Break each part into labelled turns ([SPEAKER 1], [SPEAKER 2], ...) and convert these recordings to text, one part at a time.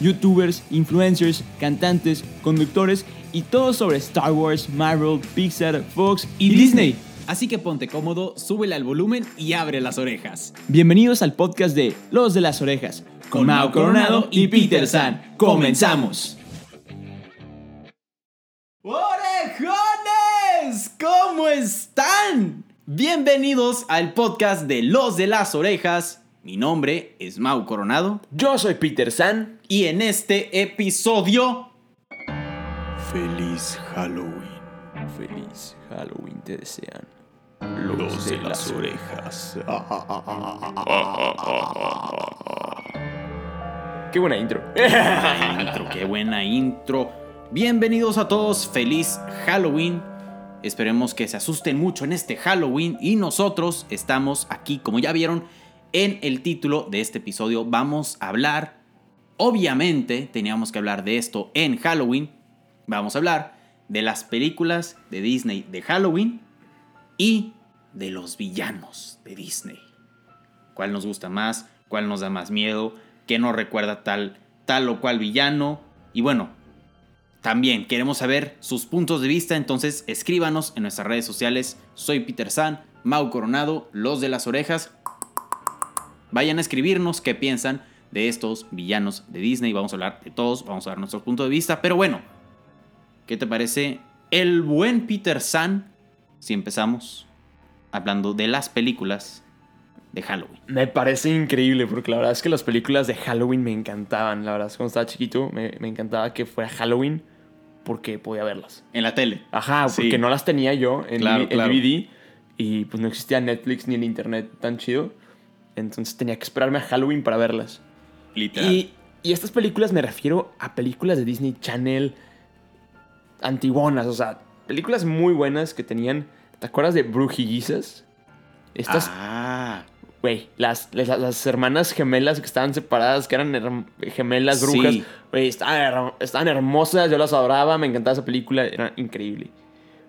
[SPEAKER 1] youtubers, influencers, cantantes, conductores y todo sobre Star Wars, Marvel, Pixar, Fox y, Disney.
[SPEAKER 2] Así que ponte cómodo, súbele al volumen y abre las orejas.
[SPEAKER 1] Bienvenidos al podcast de Los de las Orejas con Mao Coronado y Peter San. Comenzamos.
[SPEAKER 2] ¡Orejones! ¿Cómo están? Bienvenidos al podcast de Los de las Orejas. Mi nombre es Mau Coronado
[SPEAKER 1] Yo soy Peter San.
[SPEAKER 2] y en este episodio
[SPEAKER 1] Feliz Halloween. Feliz Halloween te desean. Los, de, las orejas. Qué buena intro.
[SPEAKER 2] buena intro, qué buena intro. Bienvenidos a todos, feliz Halloween. Esperemos que se asusten mucho en este Halloween y nosotros estamos aquí, como ya vieron en el título de este episodio, vamos a hablar, obviamente teníamos que hablar de esto en Halloween, vamos a hablar de las películas de Disney de Halloween y de los villanos de Disney cuál nos gusta más, cuál nos da más miedo, qué nos recuerda tal, tal o cual villano. Y bueno, también queremos saber sus puntos de vista, entonces escríbanos en nuestras redes sociales. Soy Peter San, Mau Coronado, Los de las Orejas. Vayan a escribirnos qué piensan de estos villanos de Disney. Vamos a hablar de todos, vamos a dar nuestro punto de vista. Pero bueno, ¿qué te parece el buen Peter San si empezamos hablando de las películas de Halloween?
[SPEAKER 1] Me parece increíble porque la verdad es que las películas de Halloween me encantaban. La verdad es que cuando estaba chiquito me, me encantaba que fuera Halloween porque podía verlas.
[SPEAKER 2] En la tele.
[SPEAKER 1] Ajá,
[SPEAKER 2] Sí.
[SPEAKER 1] porque no las tenía yo en,
[SPEAKER 2] Claro,
[SPEAKER 1] el
[SPEAKER 2] claro.
[SPEAKER 1] DVD y pues no existía Netflix ni el internet tan chido. Entonces tenía que esperarme a Halloween para verlas.
[SPEAKER 2] Literal.
[SPEAKER 1] Y, y estas películas me refiero a películas de Disney Channel antiguonas, o sea, películas muy buenas que tenían. ¿Te acuerdas de Brujillizas? Estas,
[SPEAKER 2] Ah,
[SPEAKER 1] güey, las, las, las hermanas gemelas que estaban separadas, que eran her- gemelas brujas,
[SPEAKER 2] Sí.
[SPEAKER 1] güey, estaban, her- estaban hermosas, yo las adoraba, me encantaba esa película, era increíble.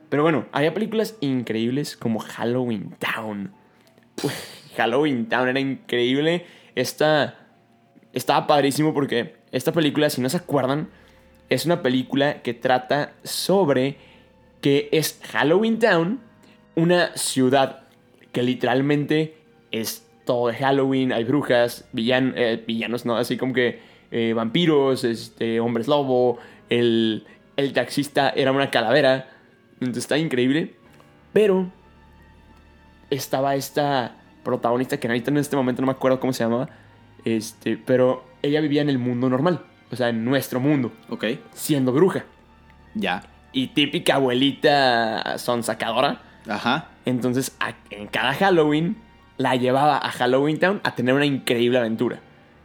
[SPEAKER 1] Pero bueno, había películas increíbles como Halloween Town. Güey, Halloween Town era increíble. Esta estaba padrísimo porque esta película, si no se acuerdan, es una película que trata sobre que es Halloween Town, una ciudad que literalmente es todo de Halloween, hay brujas, villan- eh, villanos, ¿no? Así como que eh, vampiros, este, hombres lobo, el, el taxista era una calavera, entonces está increíble, pero estaba esta protagonista que ahorita en este momento no me acuerdo cómo se llamaba, este, pero ella vivía en el mundo normal, o sea, en nuestro mundo,
[SPEAKER 2] ok.
[SPEAKER 1] siendo bruja.
[SPEAKER 2] Ya.
[SPEAKER 1] Y típica abuelita sonsacadora.
[SPEAKER 2] Ajá.
[SPEAKER 1] Entonces, a- en cada Halloween, la llevaba a Halloween Town a tener una increíble aventura.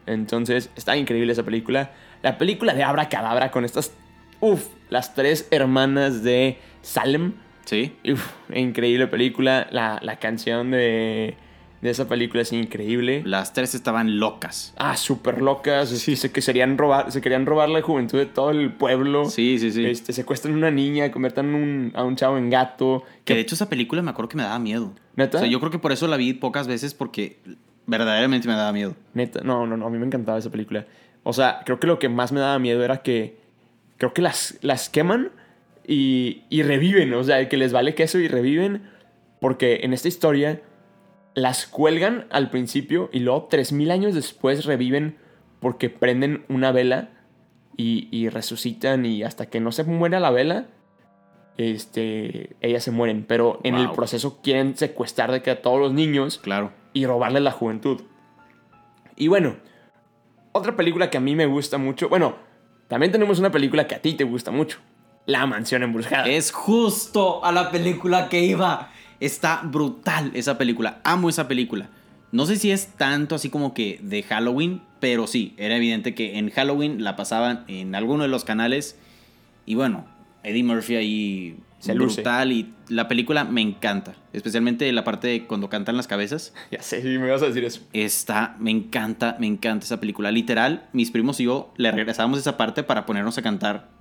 [SPEAKER 1] Entonces, está increíble esa película. La película de Abra Cadabra con estas. Uf, las tres hermanas de Salem.
[SPEAKER 2] Sí.
[SPEAKER 1] Uf, increíble película. La, la canción de, de esa película es increíble.
[SPEAKER 2] Las tres estaban locas.
[SPEAKER 1] Ah, súper locas. Sí, se, que serían robar, se querían robar la juventud de todo el pueblo.
[SPEAKER 2] Sí, sí, sí.
[SPEAKER 1] Este, secuestran una niña, conviertan un- a un chavo en gato.
[SPEAKER 2] Que de hecho esa película me acuerdo que me daba miedo.
[SPEAKER 1] ¿Neta?
[SPEAKER 2] O sea, yo creo que por eso la vi pocas veces porque verdaderamente me daba miedo.
[SPEAKER 1] Neta, no, no, no, a mí me encantaba esa película. O sea, creo que lo que más me daba miedo era que. Creo que las, las queman y, y reviven. O sea, que les vale queso y reviven. Porque en esta historia las cuelgan al principio y luego 3.000 años después reviven porque prenden una vela y, y resucitan y hasta que no se muera la vela, este, ellas se mueren. Pero en el
[SPEAKER 2] Wow.
[SPEAKER 1] proceso quieren secuestrar de que a todos los niños
[SPEAKER 2] Claro.
[SPEAKER 1] y robarle la juventud. Y bueno, otra película que a mí me gusta mucho, bueno, también tenemos una película que a ti te gusta mucho, La mansión embrujada.
[SPEAKER 2] Es justo a la película que iba. Está brutal esa película. Amo esa película. No sé si es tanto así como que de Halloween, pero sí, era evidente que en Halloween la pasaban en alguno de los canales. Y bueno, Eddie Murphy ahí
[SPEAKER 1] Se luce.
[SPEAKER 2] brutal. Y la película me encanta. Especialmente la parte de cuando cantan las cabezas.
[SPEAKER 1] Ya sé, sí, me vas a decir eso.
[SPEAKER 2] Está, me encanta, me encanta esa película. Literal, mis primos y yo le regresábamos esa parte para ponernos a cantar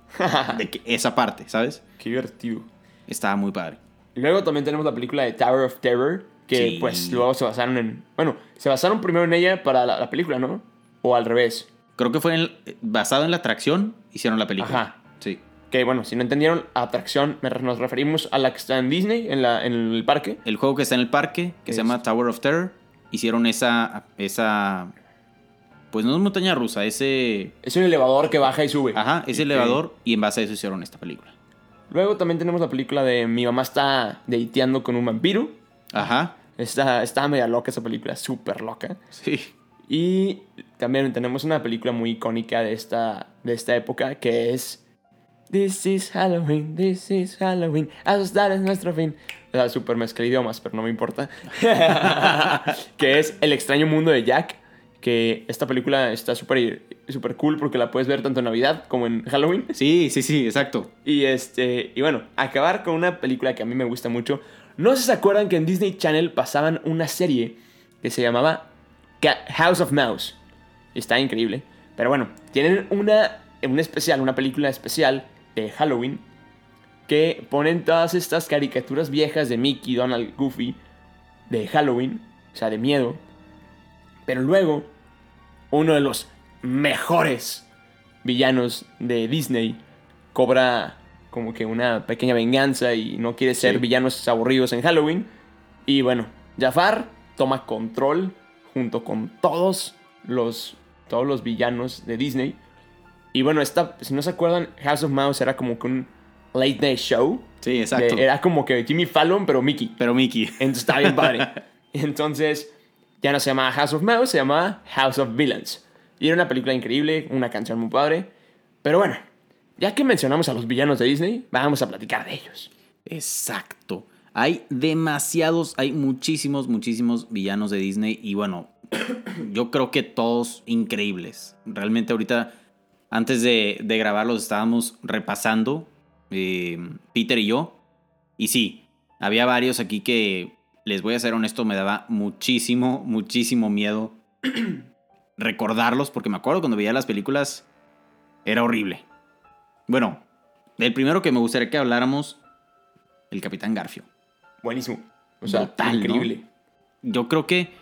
[SPEAKER 2] de que esa parte, ¿sabes?
[SPEAKER 1] Qué divertido.
[SPEAKER 2] Estaba muy padre.
[SPEAKER 1] Y Luego también tenemos la película de Tower of Terror, que
[SPEAKER 2] Sí.
[SPEAKER 1] pues luego se basaron en... Bueno, se basaron primero en ella para la, la película, ¿no? O al revés.
[SPEAKER 2] Creo que fue en- basado en la atracción, hicieron la película.
[SPEAKER 1] Ajá.
[SPEAKER 2] Sí.
[SPEAKER 1] Que bueno, si no entendieron, atracción, me re- nos referimos a la que está en Disney, en, la, en el parque.
[SPEAKER 2] El juego que está en el parque, que se
[SPEAKER 1] Es-
[SPEAKER 2] llama Tower of Terror, hicieron esa. esa pues no es montaña rusa, ese.
[SPEAKER 1] Es un elevador que baja y sube.
[SPEAKER 2] Ajá, ese
[SPEAKER 1] Ok.
[SPEAKER 2] elevador, y en base a eso hicieron esta película.
[SPEAKER 1] Luego también tenemos la película de Mi mamá está deiteando con un vampiro.
[SPEAKER 2] Ajá,
[SPEAKER 1] Está, está media loca esa película, súper loca.
[SPEAKER 2] sí.
[SPEAKER 1] Y también tenemos una película muy icónica de esta, de esta época que es This is Halloween, this is Halloween, asustar es nuestro fin. La super mezcla de idiomas, pero no me importa. que es El extraño mundo de Jack. Que esta película está súper super cool porque la puedes ver tanto en Navidad como en Halloween.
[SPEAKER 2] Sí, sí, sí, exacto.
[SPEAKER 1] Y este. Y bueno, acabar con una película que a mí me gusta mucho. No sé si se acuerdan que en Disney Channel pasaban una serie que se llamaba Ca- House of Mouse. Está increíble. Pero bueno, tienen una. un especial, una película especial de Halloween. Que ponen todas estas caricaturas viejas de Mickey, Donald, Goofy. De Halloween. O sea, de miedo. Pero luego. Uno de los mejores villanos de Disney cobra como que una pequeña venganza y no quiere ser
[SPEAKER 2] Sí.
[SPEAKER 1] villanos aburridos en Halloween. Y bueno, Jafar toma control junto con todos los, todos los villanos de Disney. Y bueno, esta, si no se acuerdan, House of Mouse era como que un late night show.
[SPEAKER 2] Sí, exacto.
[SPEAKER 1] De- era como que Jimmy Fallon, pero Mickey.
[SPEAKER 2] Pero Mickey.
[SPEAKER 1] Entonces estaba bien padre. Entonces, ya no se llamaba House of Mouse, se llamaba House of Villains. Y era una película increíble, una canción muy padre. Pero bueno, ya que mencionamos a los villanos de Disney, vamos a platicar de ellos.
[SPEAKER 2] Exacto. Hay demasiados, hay muchísimos, muchísimos villanos de Disney y bueno, yo creo que todos increíbles. Realmente ahorita, antes de, de grabarlos, estábamos repasando, eh, Peter y yo, y sí, había varios aquí que, les voy a ser honesto, me daba muchísimo, muchísimo miedo recordarlos, porque me acuerdo cuando veía las películas, era horrible. Bueno, el primero que me gustaría que habláramos el Capitán Garfio.
[SPEAKER 1] Buenísimo. O sea,
[SPEAKER 2] Brutal, ¿no?
[SPEAKER 1] increíble.
[SPEAKER 2] Yo creo que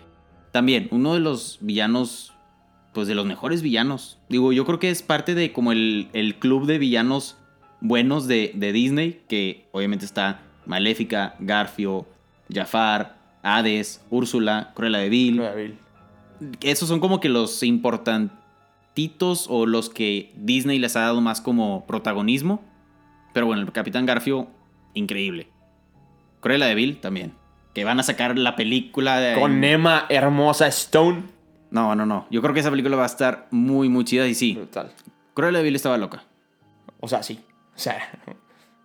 [SPEAKER 2] también uno de los villanos, pues de los mejores villanos. Digo, yo creo que es parte de como el, el club de villanos buenos de, de Disney, que obviamente está Maléfica, Garfio, Jafar, Hades, Úrsula, Cruella de Vil. Esos son como que los importantitos o los que Disney les ha dado más como protagonismo. Pero bueno, el Capitán Garfio, increíble. Cruella de Vil también. Que van a sacar la película de...
[SPEAKER 1] Con Emma Hermosa Stone.
[SPEAKER 2] No, no, no. Yo creo que esa película va a estar muy, muy chida. Y sí,
[SPEAKER 1] Brutal.
[SPEAKER 2] Cruella de Vil estaba loca.
[SPEAKER 1] O sea, sí. O sea,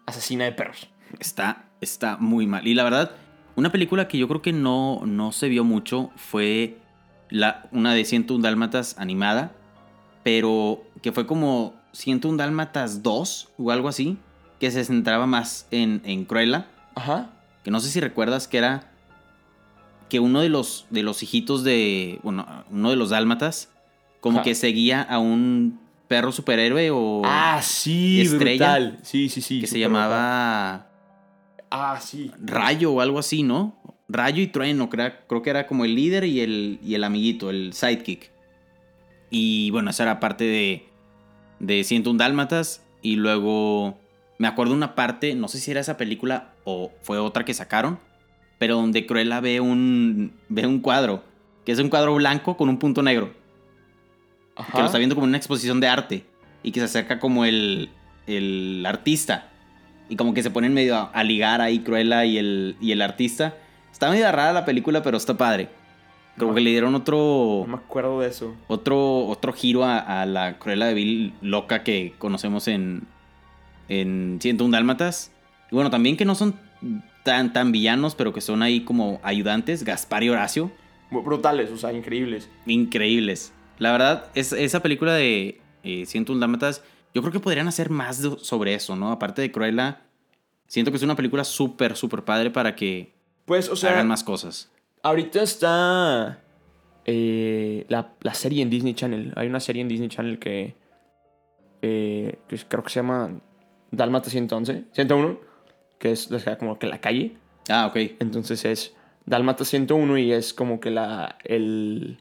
[SPEAKER 1] asesina de perros.
[SPEAKER 2] Está, está muy mal. Y la verdad, una película que yo creo que no, no se vio mucho fue la, una de 101 Dálmatas animada, pero que fue como 101 Dálmatas 2 o algo así, que se centraba más en, en Cruella.
[SPEAKER 1] Ajá.
[SPEAKER 2] Que no sé si recuerdas que era que uno de los, de los hijitos de. Bueno, uno de los Dálmatas, como
[SPEAKER 1] Ajá.
[SPEAKER 2] que seguía a un perro superhéroe o.
[SPEAKER 1] Ah, sí,
[SPEAKER 2] Oh. Estrella.
[SPEAKER 1] brutal. Sí, sí, sí.
[SPEAKER 2] que se
[SPEAKER 1] súper brutal.
[SPEAKER 2] llamaba.
[SPEAKER 1] Ah, sí.
[SPEAKER 2] Rayo o algo así, ¿no? Rayo y Trueno, cra- creo que era como el líder y el, y el amiguito, el sidekick. Y bueno, esa era parte de, de 101 Dálmatas. Y luego me acuerdo una parte, no sé si era esa película o fue otra que sacaron, pero donde Cruella ve un, ve un cuadro, que es un cuadro blanco con un punto negro,
[SPEAKER 1] Ajá.
[SPEAKER 2] que lo está viendo como en una exposición de arte y que se acerca como el, el artista y como que se ponen medio a, a ligar ahí Cruella y el, y el artista. Está medio rara la película, pero está padre. Como que le dieron otro,
[SPEAKER 1] No me acuerdo de eso.
[SPEAKER 2] otro, otro giro a, a la Cruella de Vil loca que conocemos en, en 101 Dálmatas. Y bueno, también que no son tan, tan villanos, pero que son ahí como ayudantes, Gaspar y Horacio.
[SPEAKER 1] brutales, o sea, increíbles.
[SPEAKER 2] Increíbles. La verdad, es, esa película de eh, 101 Dálmatas, yo creo que podrían hacer más do- sobre eso, ¿no? Aparte de Cruella, siento que es una película súper, súper padre para que
[SPEAKER 1] Pues, o sea,
[SPEAKER 2] hagan más cosas.
[SPEAKER 1] ahorita está eh, la, la serie en Disney Channel. Hay una serie en Disney Channel que, eh, que es- creo que se llama Dalmata 111, 101, que es o sea, como que la calle.
[SPEAKER 2] Ah, ok.
[SPEAKER 1] Entonces es Dalmata 101 y es como que la, el,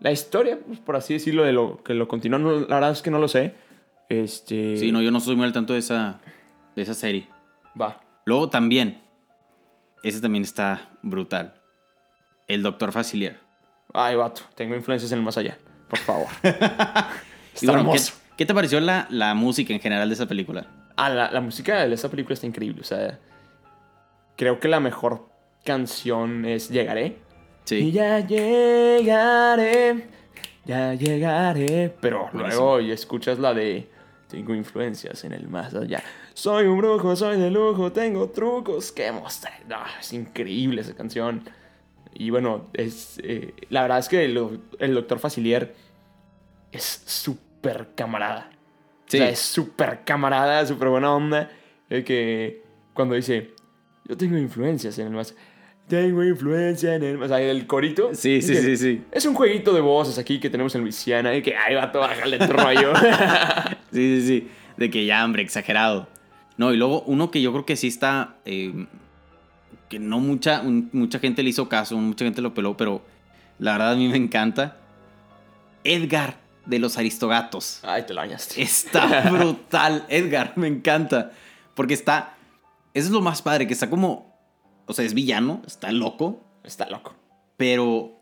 [SPEAKER 1] la historia, pues, por así decirlo, de lo que lo continúa. No, la verdad es que no lo sé. Este,
[SPEAKER 2] Sí, no, yo no soy muy al tanto de esa, de esa serie.
[SPEAKER 1] Va.
[SPEAKER 2] Luego también, ese también está brutal. El Doctor Facilier.
[SPEAKER 1] Ay, vato, tengo influencias en el más allá. Por favor.
[SPEAKER 2] Y
[SPEAKER 1] está
[SPEAKER 2] bueno, ¿qué,
[SPEAKER 1] hermoso.
[SPEAKER 2] qué te pareció la, la música en general de esa película?
[SPEAKER 1] Ah, la, la música de esta película está increíble. O sea, creo que la mejor canción es Llegaré. Y
[SPEAKER 2] Sí.
[SPEAKER 1] ya llegaré, ya llegaré. Pero luego y escuchas la de Tengo influencias en el más allá. Soy un brujo, soy de lujo, tengo trucos que mostrar. No, es increíble esa canción. Y bueno, es, eh, la verdad es que el, el doctor Facilier es súper camarada.
[SPEAKER 2] Sí.
[SPEAKER 1] O sea, es súper camarada, súper buena onda. eh, que cuando dice, yo tengo influencias en el más... Tengo influencia en el más... O sea, el corito.
[SPEAKER 2] Sí, sí,
[SPEAKER 1] dice,
[SPEAKER 2] sí, sí.
[SPEAKER 1] Es un jueguito de voces aquí que tenemos en Luisiana. Y que, ay, va todo bájale el rollo.
[SPEAKER 2] Sí, sí, sí. De que ya, hombre, exagerado. No, y luego uno que yo creo que sí está. eh, que no mucha, un- mucha gente le hizo caso, mucha gente lo peló, pero la verdad a mí me encanta. Edgar de los Aristogatos.
[SPEAKER 1] ay, te lo bañaste.
[SPEAKER 2] Está brutal, Edgar, me encanta. Porque está. Eso es lo más padre, que está como. O sea, es villano, está loco,
[SPEAKER 1] Está loco.
[SPEAKER 2] pero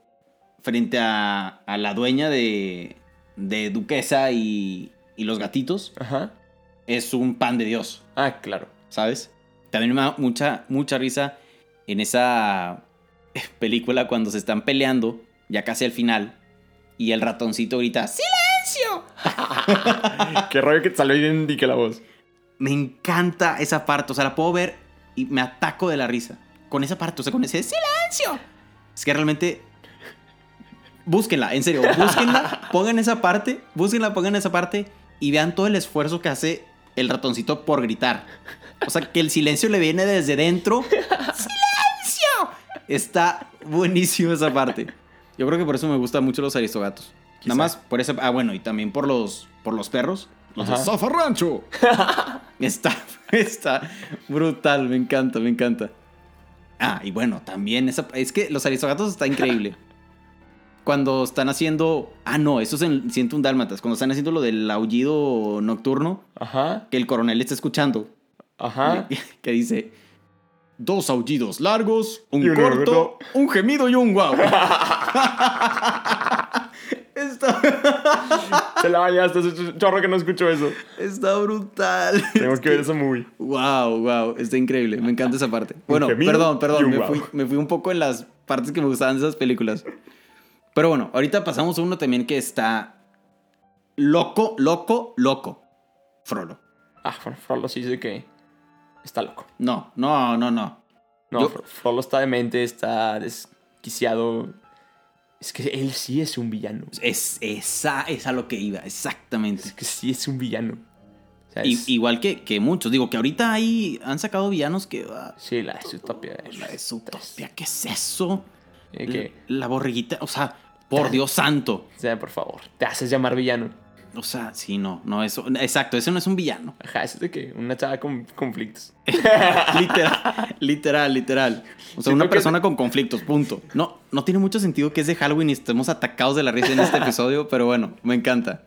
[SPEAKER 2] frente a, a la dueña de, de Duquesa y, y los gatitos,
[SPEAKER 1] Ajá.
[SPEAKER 2] es un pan de Dios,
[SPEAKER 1] Ah, claro.
[SPEAKER 2] ¿sabes? También me da mucha, mucha risa en esa eh, película cuando se están peleando, ya casi al final, y el ratoncito grita, ¡Silencio! Ah.
[SPEAKER 1] Qué rollo que te salió idéntica la voz.
[SPEAKER 2] Me encanta esa parte, o sea, la puedo ver y me ataco de la risa. Con esa parte, o sea, con ese silencio. Es que realmente... Búsquenla, en serio, búsquenla, pongan esa parte, búsquenla, pongan esa parte y vean todo el esfuerzo que hace el ratoncito por gritar. O sea, que el silencio le viene desde dentro. ¡Silencio! Está buenísimo esa parte. Yo creo que por eso me gustan mucho los aristogatos.
[SPEAKER 1] Quizá.
[SPEAKER 2] Nada más por esa... Ah, bueno, y también por los, por los perros. Los de
[SPEAKER 1] Ajá.
[SPEAKER 2] zafarrancho. Está, está brutal, me encanta, me encanta. Ah, y bueno, también esa, es que los aristogatos está increíble. Cuando están haciendo, ah no, eso es en 101 dálmatas, cuando están haciendo lo del aullido nocturno
[SPEAKER 1] Ajá.
[SPEAKER 2] que el coronel está escuchando,
[SPEAKER 1] Ajá.
[SPEAKER 2] que dice dos aullidos largos, un
[SPEAKER 1] Y un
[SPEAKER 2] corto,
[SPEAKER 1] corto.
[SPEAKER 2] un gemido y un guau. está,
[SPEAKER 1] Te la bañaste. Es un chorro que no escucho eso.
[SPEAKER 2] está brutal.
[SPEAKER 1] Tenemos que ver esa movie.
[SPEAKER 2] Wow, wow, está increíble, me encanta esa parte. Bueno,
[SPEAKER 1] gemido
[SPEAKER 2] perdón,
[SPEAKER 1] y
[SPEAKER 2] perdón,
[SPEAKER 1] un
[SPEAKER 2] me
[SPEAKER 1] guau.
[SPEAKER 2] fui, me fui un poco en las partes que me gustaban de esas películas. Pero bueno, ahorita pasamos a uno también que está loco, loco, loco. Frollo.
[SPEAKER 1] Ah, bueno, Frollo sí dice que está loco.
[SPEAKER 2] No, no, no, no.
[SPEAKER 1] No,
[SPEAKER 2] Yo-
[SPEAKER 1] Fro- Frollo está demente, está desquiciado. Es que él sí es un villano.
[SPEAKER 2] Es, esa es a lo que iba, exactamente.
[SPEAKER 1] Es que sí es un villano. O sea,
[SPEAKER 2] I-
[SPEAKER 1] es-
[SPEAKER 2] igual que, que muchos. Digo que ahorita ahí han sacado villanos que. ah,
[SPEAKER 1] Sí, la es utopía.
[SPEAKER 2] la de Zootopia, ¿qué es eso?
[SPEAKER 1] Eh, que-
[SPEAKER 2] La, la borreguita, o sea, por Dios santo.
[SPEAKER 1] O sea, por favor, te haces llamar villano.
[SPEAKER 2] O sea, sí, no, no, eso. Exacto, eso no es un villano.
[SPEAKER 1] Ajá, eso es de que una chava con conflictos.
[SPEAKER 2] literal, literal, literal. O sea,
[SPEAKER 1] Siento
[SPEAKER 2] una
[SPEAKER 1] que-
[SPEAKER 2] persona con conflictos, punto. No, no tiene mucho sentido que es de Halloween y estemos atacados de la risa en este episodio, pero bueno, me encanta.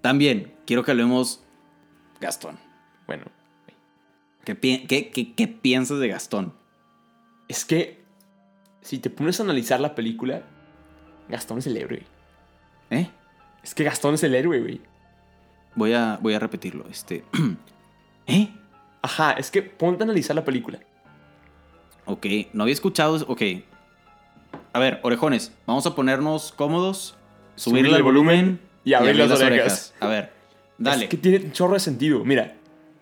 [SPEAKER 2] También quiero que hablemos Gastón.
[SPEAKER 1] Bueno,
[SPEAKER 2] ¿Qué, pi- qué- qué- qué piensas de Gastón?
[SPEAKER 1] es que si te pones a analizar la película, Gastón es el héroe. güey.
[SPEAKER 2] ¿Eh?
[SPEAKER 1] Es que Gastón es el héroe, güey.
[SPEAKER 2] Voy a, voy a repetirlo. Este. ¿Eh?
[SPEAKER 1] Ajá, es que ponte a analizar la película.
[SPEAKER 2] Ok, no había escuchado. eso. Ok. A ver, orejones, vamos a ponernos cómodos, subirle
[SPEAKER 1] Subirle
[SPEAKER 2] el
[SPEAKER 1] el
[SPEAKER 2] volumen,
[SPEAKER 1] y abrir las orejas.
[SPEAKER 2] A ver, dale.
[SPEAKER 1] Es que tiene un chorro de sentido. Mira,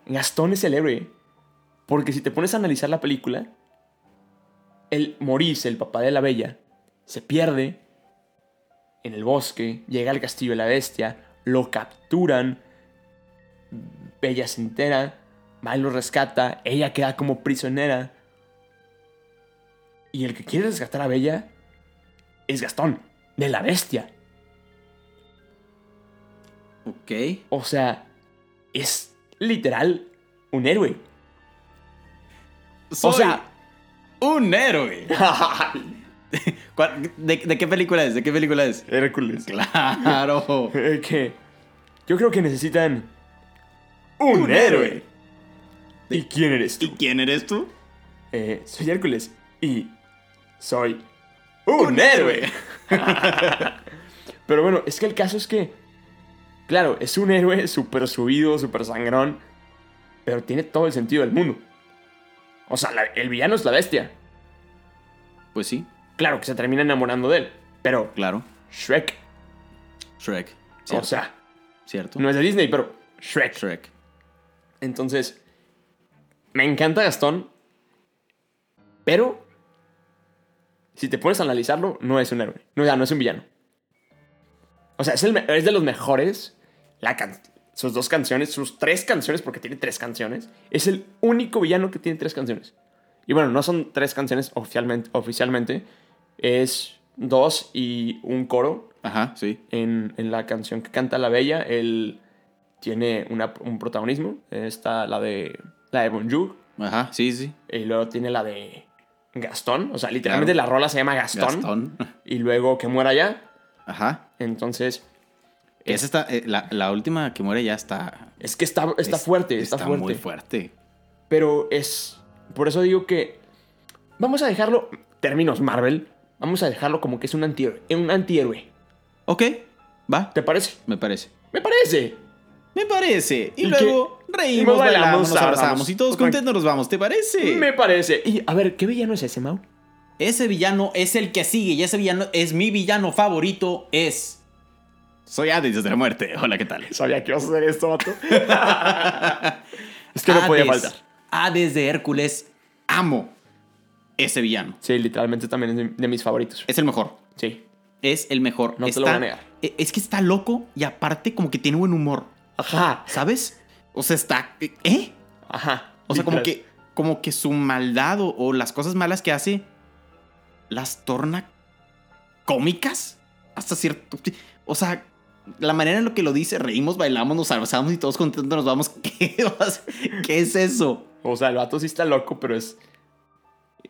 [SPEAKER 1] Gastón es el héroe. Porque si te pones a analizar la película, el Maurice, el papá de la bella, se pierde en el bosque, llega al castillo de la bestia, lo capturan, Bella se entera, Mal lo rescata, ella queda como prisionera. Y el que quiere rescatar a Bella es Gastón, de la bestia.
[SPEAKER 2] Ok.
[SPEAKER 1] O sea, es literal un héroe.
[SPEAKER 2] Soy
[SPEAKER 1] o sea,
[SPEAKER 2] un héroe. ¿Cuál- ¿De, de qué película es? ¿De qué película es?
[SPEAKER 1] Hércules.
[SPEAKER 2] Claro.
[SPEAKER 1] Eh, que yo creo que necesitan un,
[SPEAKER 2] Un héroe.
[SPEAKER 1] héroe. ¿Y quién eres tú?
[SPEAKER 2] ¿Y quién eres tú?
[SPEAKER 1] Eh, soy Hércules y soy un, héroe. Pero bueno, es que el caso es que, claro, es un héroe súper subido, súper sangrón, pero tiene todo el sentido del mundo. O sea, la- el villano es la bestia.
[SPEAKER 2] Pues sí,
[SPEAKER 1] Claro que se termina enamorando de él, pero
[SPEAKER 2] claro.
[SPEAKER 1] Shrek,
[SPEAKER 2] Shrek.
[SPEAKER 1] o
[SPEAKER 2] Cierto.
[SPEAKER 1] sea,
[SPEAKER 2] cierto.
[SPEAKER 1] no es de Disney, pero Shrek.
[SPEAKER 2] Shrek.
[SPEAKER 1] Entonces, me encanta Gastón, pero si te pones a analizarlo, no es un héroe. No, o sea, no es un villano. O sea, es, el me- es de los mejores. La can- sus dos canciones, sus tres canciones, porque tiene tres canciones. Es el único villano que tiene tres canciones. Y bueno, no son tres canciones oficialmente. oficialmente es dos y un coro
[SPEAKER 2] Ajá, sí.
[SPEAKER 1] en, en la canción que canta La Bella, él tiene una- un protagonismo. Está la de, la de Bonjour
[SPEAKER 2] Ajá, sí, sí.
[SPEAKER 1] y luego tiene la de Gastón. O sea, literalmente la rola se llama Gastón.
[SPEAKER 2] Gastón.
[SPEAKER 1] Y luego que muera ya.
[SPEAKER 2] Ajá.
[SPEAKER 1] Entonces,
[SPEAKER 2] Esa está, eh, la, la última que muere ya está.
[SPEAKER 1] es que está, está
[SPEAKER 2] es-
[SPEAKER 1] fuerte, está, fuerte.
[SPEAKER 2] muy fuerte.
[SPEAKER 1] Pero es... Por eso digo que... Vamos a dejarlo... Términos Marvel. Vamos a dejarlo como que es un antihéroe. Un antihéroe.
[SPEAKER 2] Ok, va.
[SPEAKER 1] ¿Te parece?
[SPEAKER 2] Me parece.
[SPEAKER 1] Me parece.
[SPEAKER 2] Me parece. Y,
[SPEAKER 1] Y
[SPEAKER 2] luego reímos, bailamos, ah, Pues
[SPEAKER 1] y bailamos,
[SPEAKER 2] nos abrazamos
[SPEAKER 1] abrazamos.
[SPEAKER 2] y todos
[SPEAKER 1] Tranqui-
[SPEAKER 2] contentos nos vamos. ¿Te parece?
[SPEAKER 1] Me parece. Y a ver, ¿qué villano es ese, Mau?
[SPEAKER 2] Ese villano es el que sigue y ese villano es mi villano favorito. Es. Soy Hades desde la muerte. Hola, ¿qué tal?
[SPEAKER 1] Sabía que ibas a hacer esto, vato. es que no podía
[SPEAKER 2] Hades.
[SPEAKER 1] faltar.
[SPEAKER 2] Hades de Hércules. Amo ese villano.
[SPEAKER 1] Sí, literalmente también es de, de mis favoritos.
[SPEAKER 2] Es el mejor.
[SPEAKER 1] Sí.
[SPEAKER 2] Es el mejor.
[SPEAKER 1] No te lo voy a negar.
[SPEAKER 2] e- Es que está loco y aparte como que tiene buen humor,
[SPEAKER 1] Ajá.
[SPEAKER 2] ¿sabes? O sea, está... ¿Eh?
[SPEAKER 1] Ajá.
[SPEAKER 2] O sea, como
[SPEAKER 1] Literal.
[SPEAKER 2] que, como que su maldad o, o las cosas malas que hace las torna cómicas hasta cierto... O sea, la manera en la que lo dice, reímos, bailamos, nos abrazamos y todos contentos nos vamos. ¿Qué, vas- ¿Qué es eso?
[SPEAKER 1] O sea, el vato sí está loco, pero es.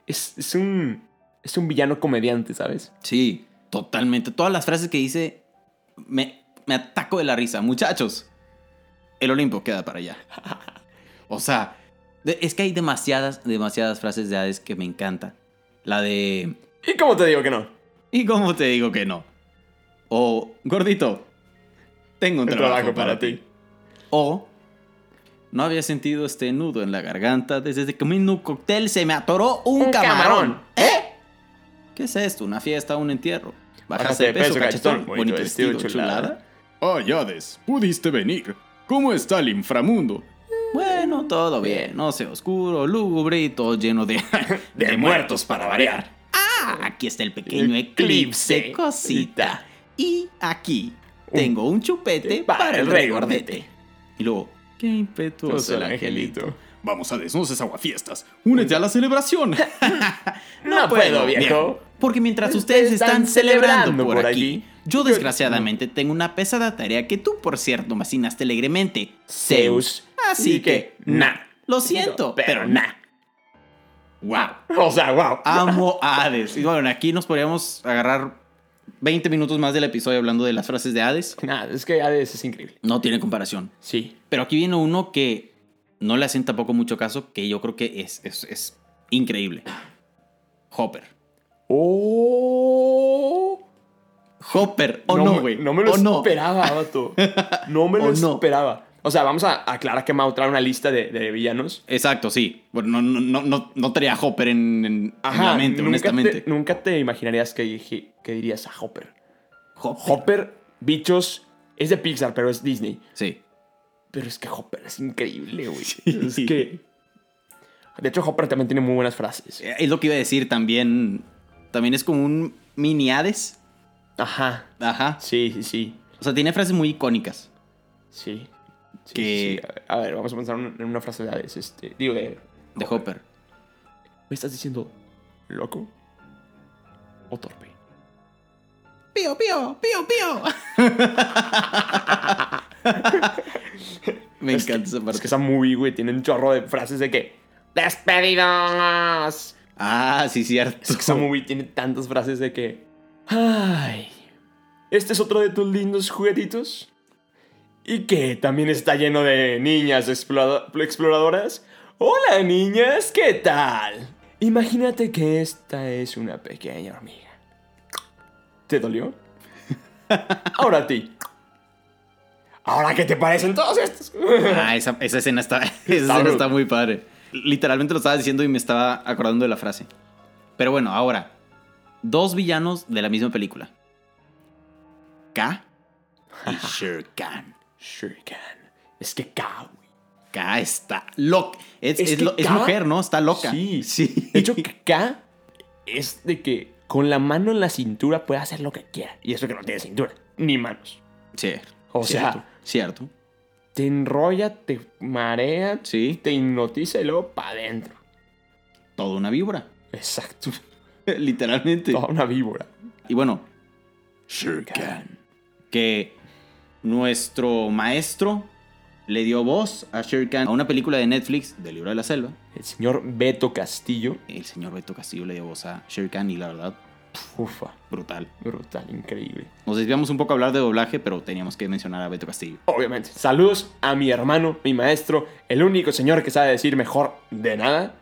[SPEAKER 1] Es, es un. Es un villano comediante, ¿sabes?
[SPEAKER 2] Sí, totalmente. Todas las frases que dice me, me ataco de la risa. Muchachos, el Olimpo queda para allá. O sea, de- es que hay demasiadas, demasiadas frases de Hades que me encanta. La de,
[SPEAKER 1] ¿Y cómo te digo que no?
[SPEAKER 2] ¿y cómo te digo que no? O, gordito, tengo un
[SPEAKER 1] El
[SPEAKER 2] trabajo, para, ti. O, no había sentido este nudo en la garganta desde que comí un cóctel se me atoró un,
[SPEAKER 1] Un
[SPEAKER 2] camarón.
[SPEAKER 1] camarón.
[SPEAKER 2] ¿Eh? ¿Qué es esto? ¿Una fiesta? ¿Un entierro? Bajaste de peso, cachetón. Bonito, vestido, chulada.
[SPEAKER 3] Ay, Oh, Hades, pudiste venir. ¿Cómo está el inframundo?
[SPEAKER 2] Bueno, todo bien. No sé, oscuro, lúgubre y todo lleno de...
[SPEAKER 1] De muertos para variar.
[SPEAKER 2] ¡Ah! Aquí está el pequeño
[SPEAKER 1] Eclipse,
[SPEAKER 2] eclipse, cosita. Y aquí
[SPEAKER 1] Un-
[SPEAKER 2] tengo un chupete
[SPEAKER 1] para
[SPEAKER 2] para
[SPEAKER 1] el
[SPEAKER 2] el
[SPEAKER 1] rey
[SPEAKER 2] regordete. Y luego, qué impetuoso el angelito.
[SPEAKER 3] Vamos, Hades, no seas aguafiestas. Únete a la celebración.
[SPEAKER 1] No, puedo, viejo.
[SPEAKER 2] Porque mientras ustedes están celebrando por aquí, yo desgraciadamente tengo una pesada tarea que tú, por cierto, me asignaste alegremente.
[SPEAKER 1] Zeus.
[SPEAKER 2] Así que, nah. Lo siento, pero nah. Wow.
[SPEAKER 1] O sea, wow.
[SPEAKER 2] Amo a Hades. Y bueno, aquí nos podríamos agarrar 20 minutos más del episodio hablando de las frases de Hades.
[SPEAKER 1] Nah, es que Hades es increíble.
[SPEAKER 2] No tiene comparación.
[SPEAKER 1] Sí.
[SPEAKER 2] Pero aquí viene uno que no le hacen tampoco mucho caso, que yo creo que es, es, es increíble. Hopper.
[SPEAKER 1] Oh.
[SPEAKER 2] Hopper, o no,
[SPEAKER 1] me-
[SPEAKER 2] güey.
[SPEAKER 1] No me lo
[SPEAKER 2] o no.
[SPEAKER 1] esperaba, vato. No me lo
[SPEAKER 2] O no.
[SPEAKER 1] esperaba. O sea, vamos a aclarar que Mau trae una lista de, de villanos.
[SPEAKER 2] Exacto, sí. Bueno, no, no, no, no, no tenía a Hopper en, en- en la mente,
[SPEAKER 1] nunca
[SPEAKER 2] honestamente.
[SPEAKER 1] Te, nunca te imaginarías que, dije- que dirías a Hopper.
[SPEAKER 2] Hopper.
[SPEAKER 1] Hopper, bichos, es de Pixar, pero es Disney.
[SPEAKER 2] Sí.
[SPEAKER 1] Pero es que Hopper es increíble, güey. Es que. De hecho, Hopper también tiene muy buenas frases.
[SPEAKER 2] Es lo que iba a decir también. También es como un mini Hades.
[SPEAKER 1] Ajá.
[SPEAKER 2] Ajá.
[SPEAKER 1] Sí, sí, sí.
[SPEAKER 2] O sea, tiene frases muy icónicas.
[SPEAKER 1] Sí. Sí,
[SPEAKER 2] Que-
[SPEAKER 1] sí, sí. A ver, vamos a pensar en una frase de Hades. Este, digo, de-
[SPEAKER 2] De Hopper.
[SPEAKER 1] ¿me estás diciendo loco o torpe?
[SPEAKER 2] Pío, pío, pío, pío. Me encanta esa parte.
[SPEAKER 1] Es que esa movie, güey, tiene un chorro de frases de que ¡Despedidos!
[SPEAKER 2] Ah, sí, cierto.
[SPEAKER 1] Es que esa movie tiene tantas frases de que ¡Ay! Este es otro de tus lindos juguetitos. Y que también está lleno de niñas explora- exploradoras. ¡Hola, niñas! ¿Qué tal? Imagínate que esta es una pequeña hormiga. ¿Te dolió? Ahora a ti. ¿Ahora qué te parecen todos estos?
[SPEAKER 2] Ah, esa, esa escena está, esa escena
[SPEAKER 1] brutal.
[SPEAKER 2] está muy padre. Literalmente lo estaba diciendo y me estaba acordando de la frase. Pero bueno, ahora, dos villanos de la misma película. K y Shere Khan.
[SPEAKER 1] Shuriken. Es que K, güey.
[SPEAKER 2] K está loca. Es,
[SPEAKER 1] Es
[SPEAKER 2] es
[SPEAKER 1] que
[SPEAKER 2] lo- es
[SPEAKER 1] K-
[SPEAKER 2] mujer, ¿no? Está loca.
[SPEAKER 1] Sí.
[SPEAKER 2] sí.
[SPEAKER 1] De hecho, K es de que con la mano en la cintura puede hacer lo que quiera. Y eso que no tiene cintura, ni manos.
[SPEAKER 2] Sí.
[SPEAKER 1] O sea-
[SPEAKER 2] Cierto, cierto.
[SPEAKER 1] Te enrolla, te marea,
[SPEAKER 2] Sí,
[SPEAKER 1] te hipnotiza y luego para adentro.
[SPEAKER 2] toda una víbora.
[SPEAKER 1] Exacto.
[SPEAKER 2] Literalmente.
[SPEAKER 1] Toda una víbora.
[SPEAKER 2] Y bueno,
[SPEAKER 1] Shuriken.
[SPEAKER 2] que nuestro maestro le dio voz a Shere Khan a una película de Netflix del libro de la selva.
[SPEAKER 1] El señor Beto Castillo.
[SPEAKER 2] El señor Beto Castillo le dio voz a Shere Khan y la verdad,
[SPEAKER 1] Ufa.
[SPEAKER 2] brutal.
[SPEAKER 1] Brutal, increíble.
[SPEAKER 2] Nos desviamos un poco a hablar de doblaje, pero teníamos que mencionar a Beto Castillo.
[SPEAKER 1] Obviamente. Saludos a mi hermano, mi maestro, el único señor que sabe decir mejor de nada.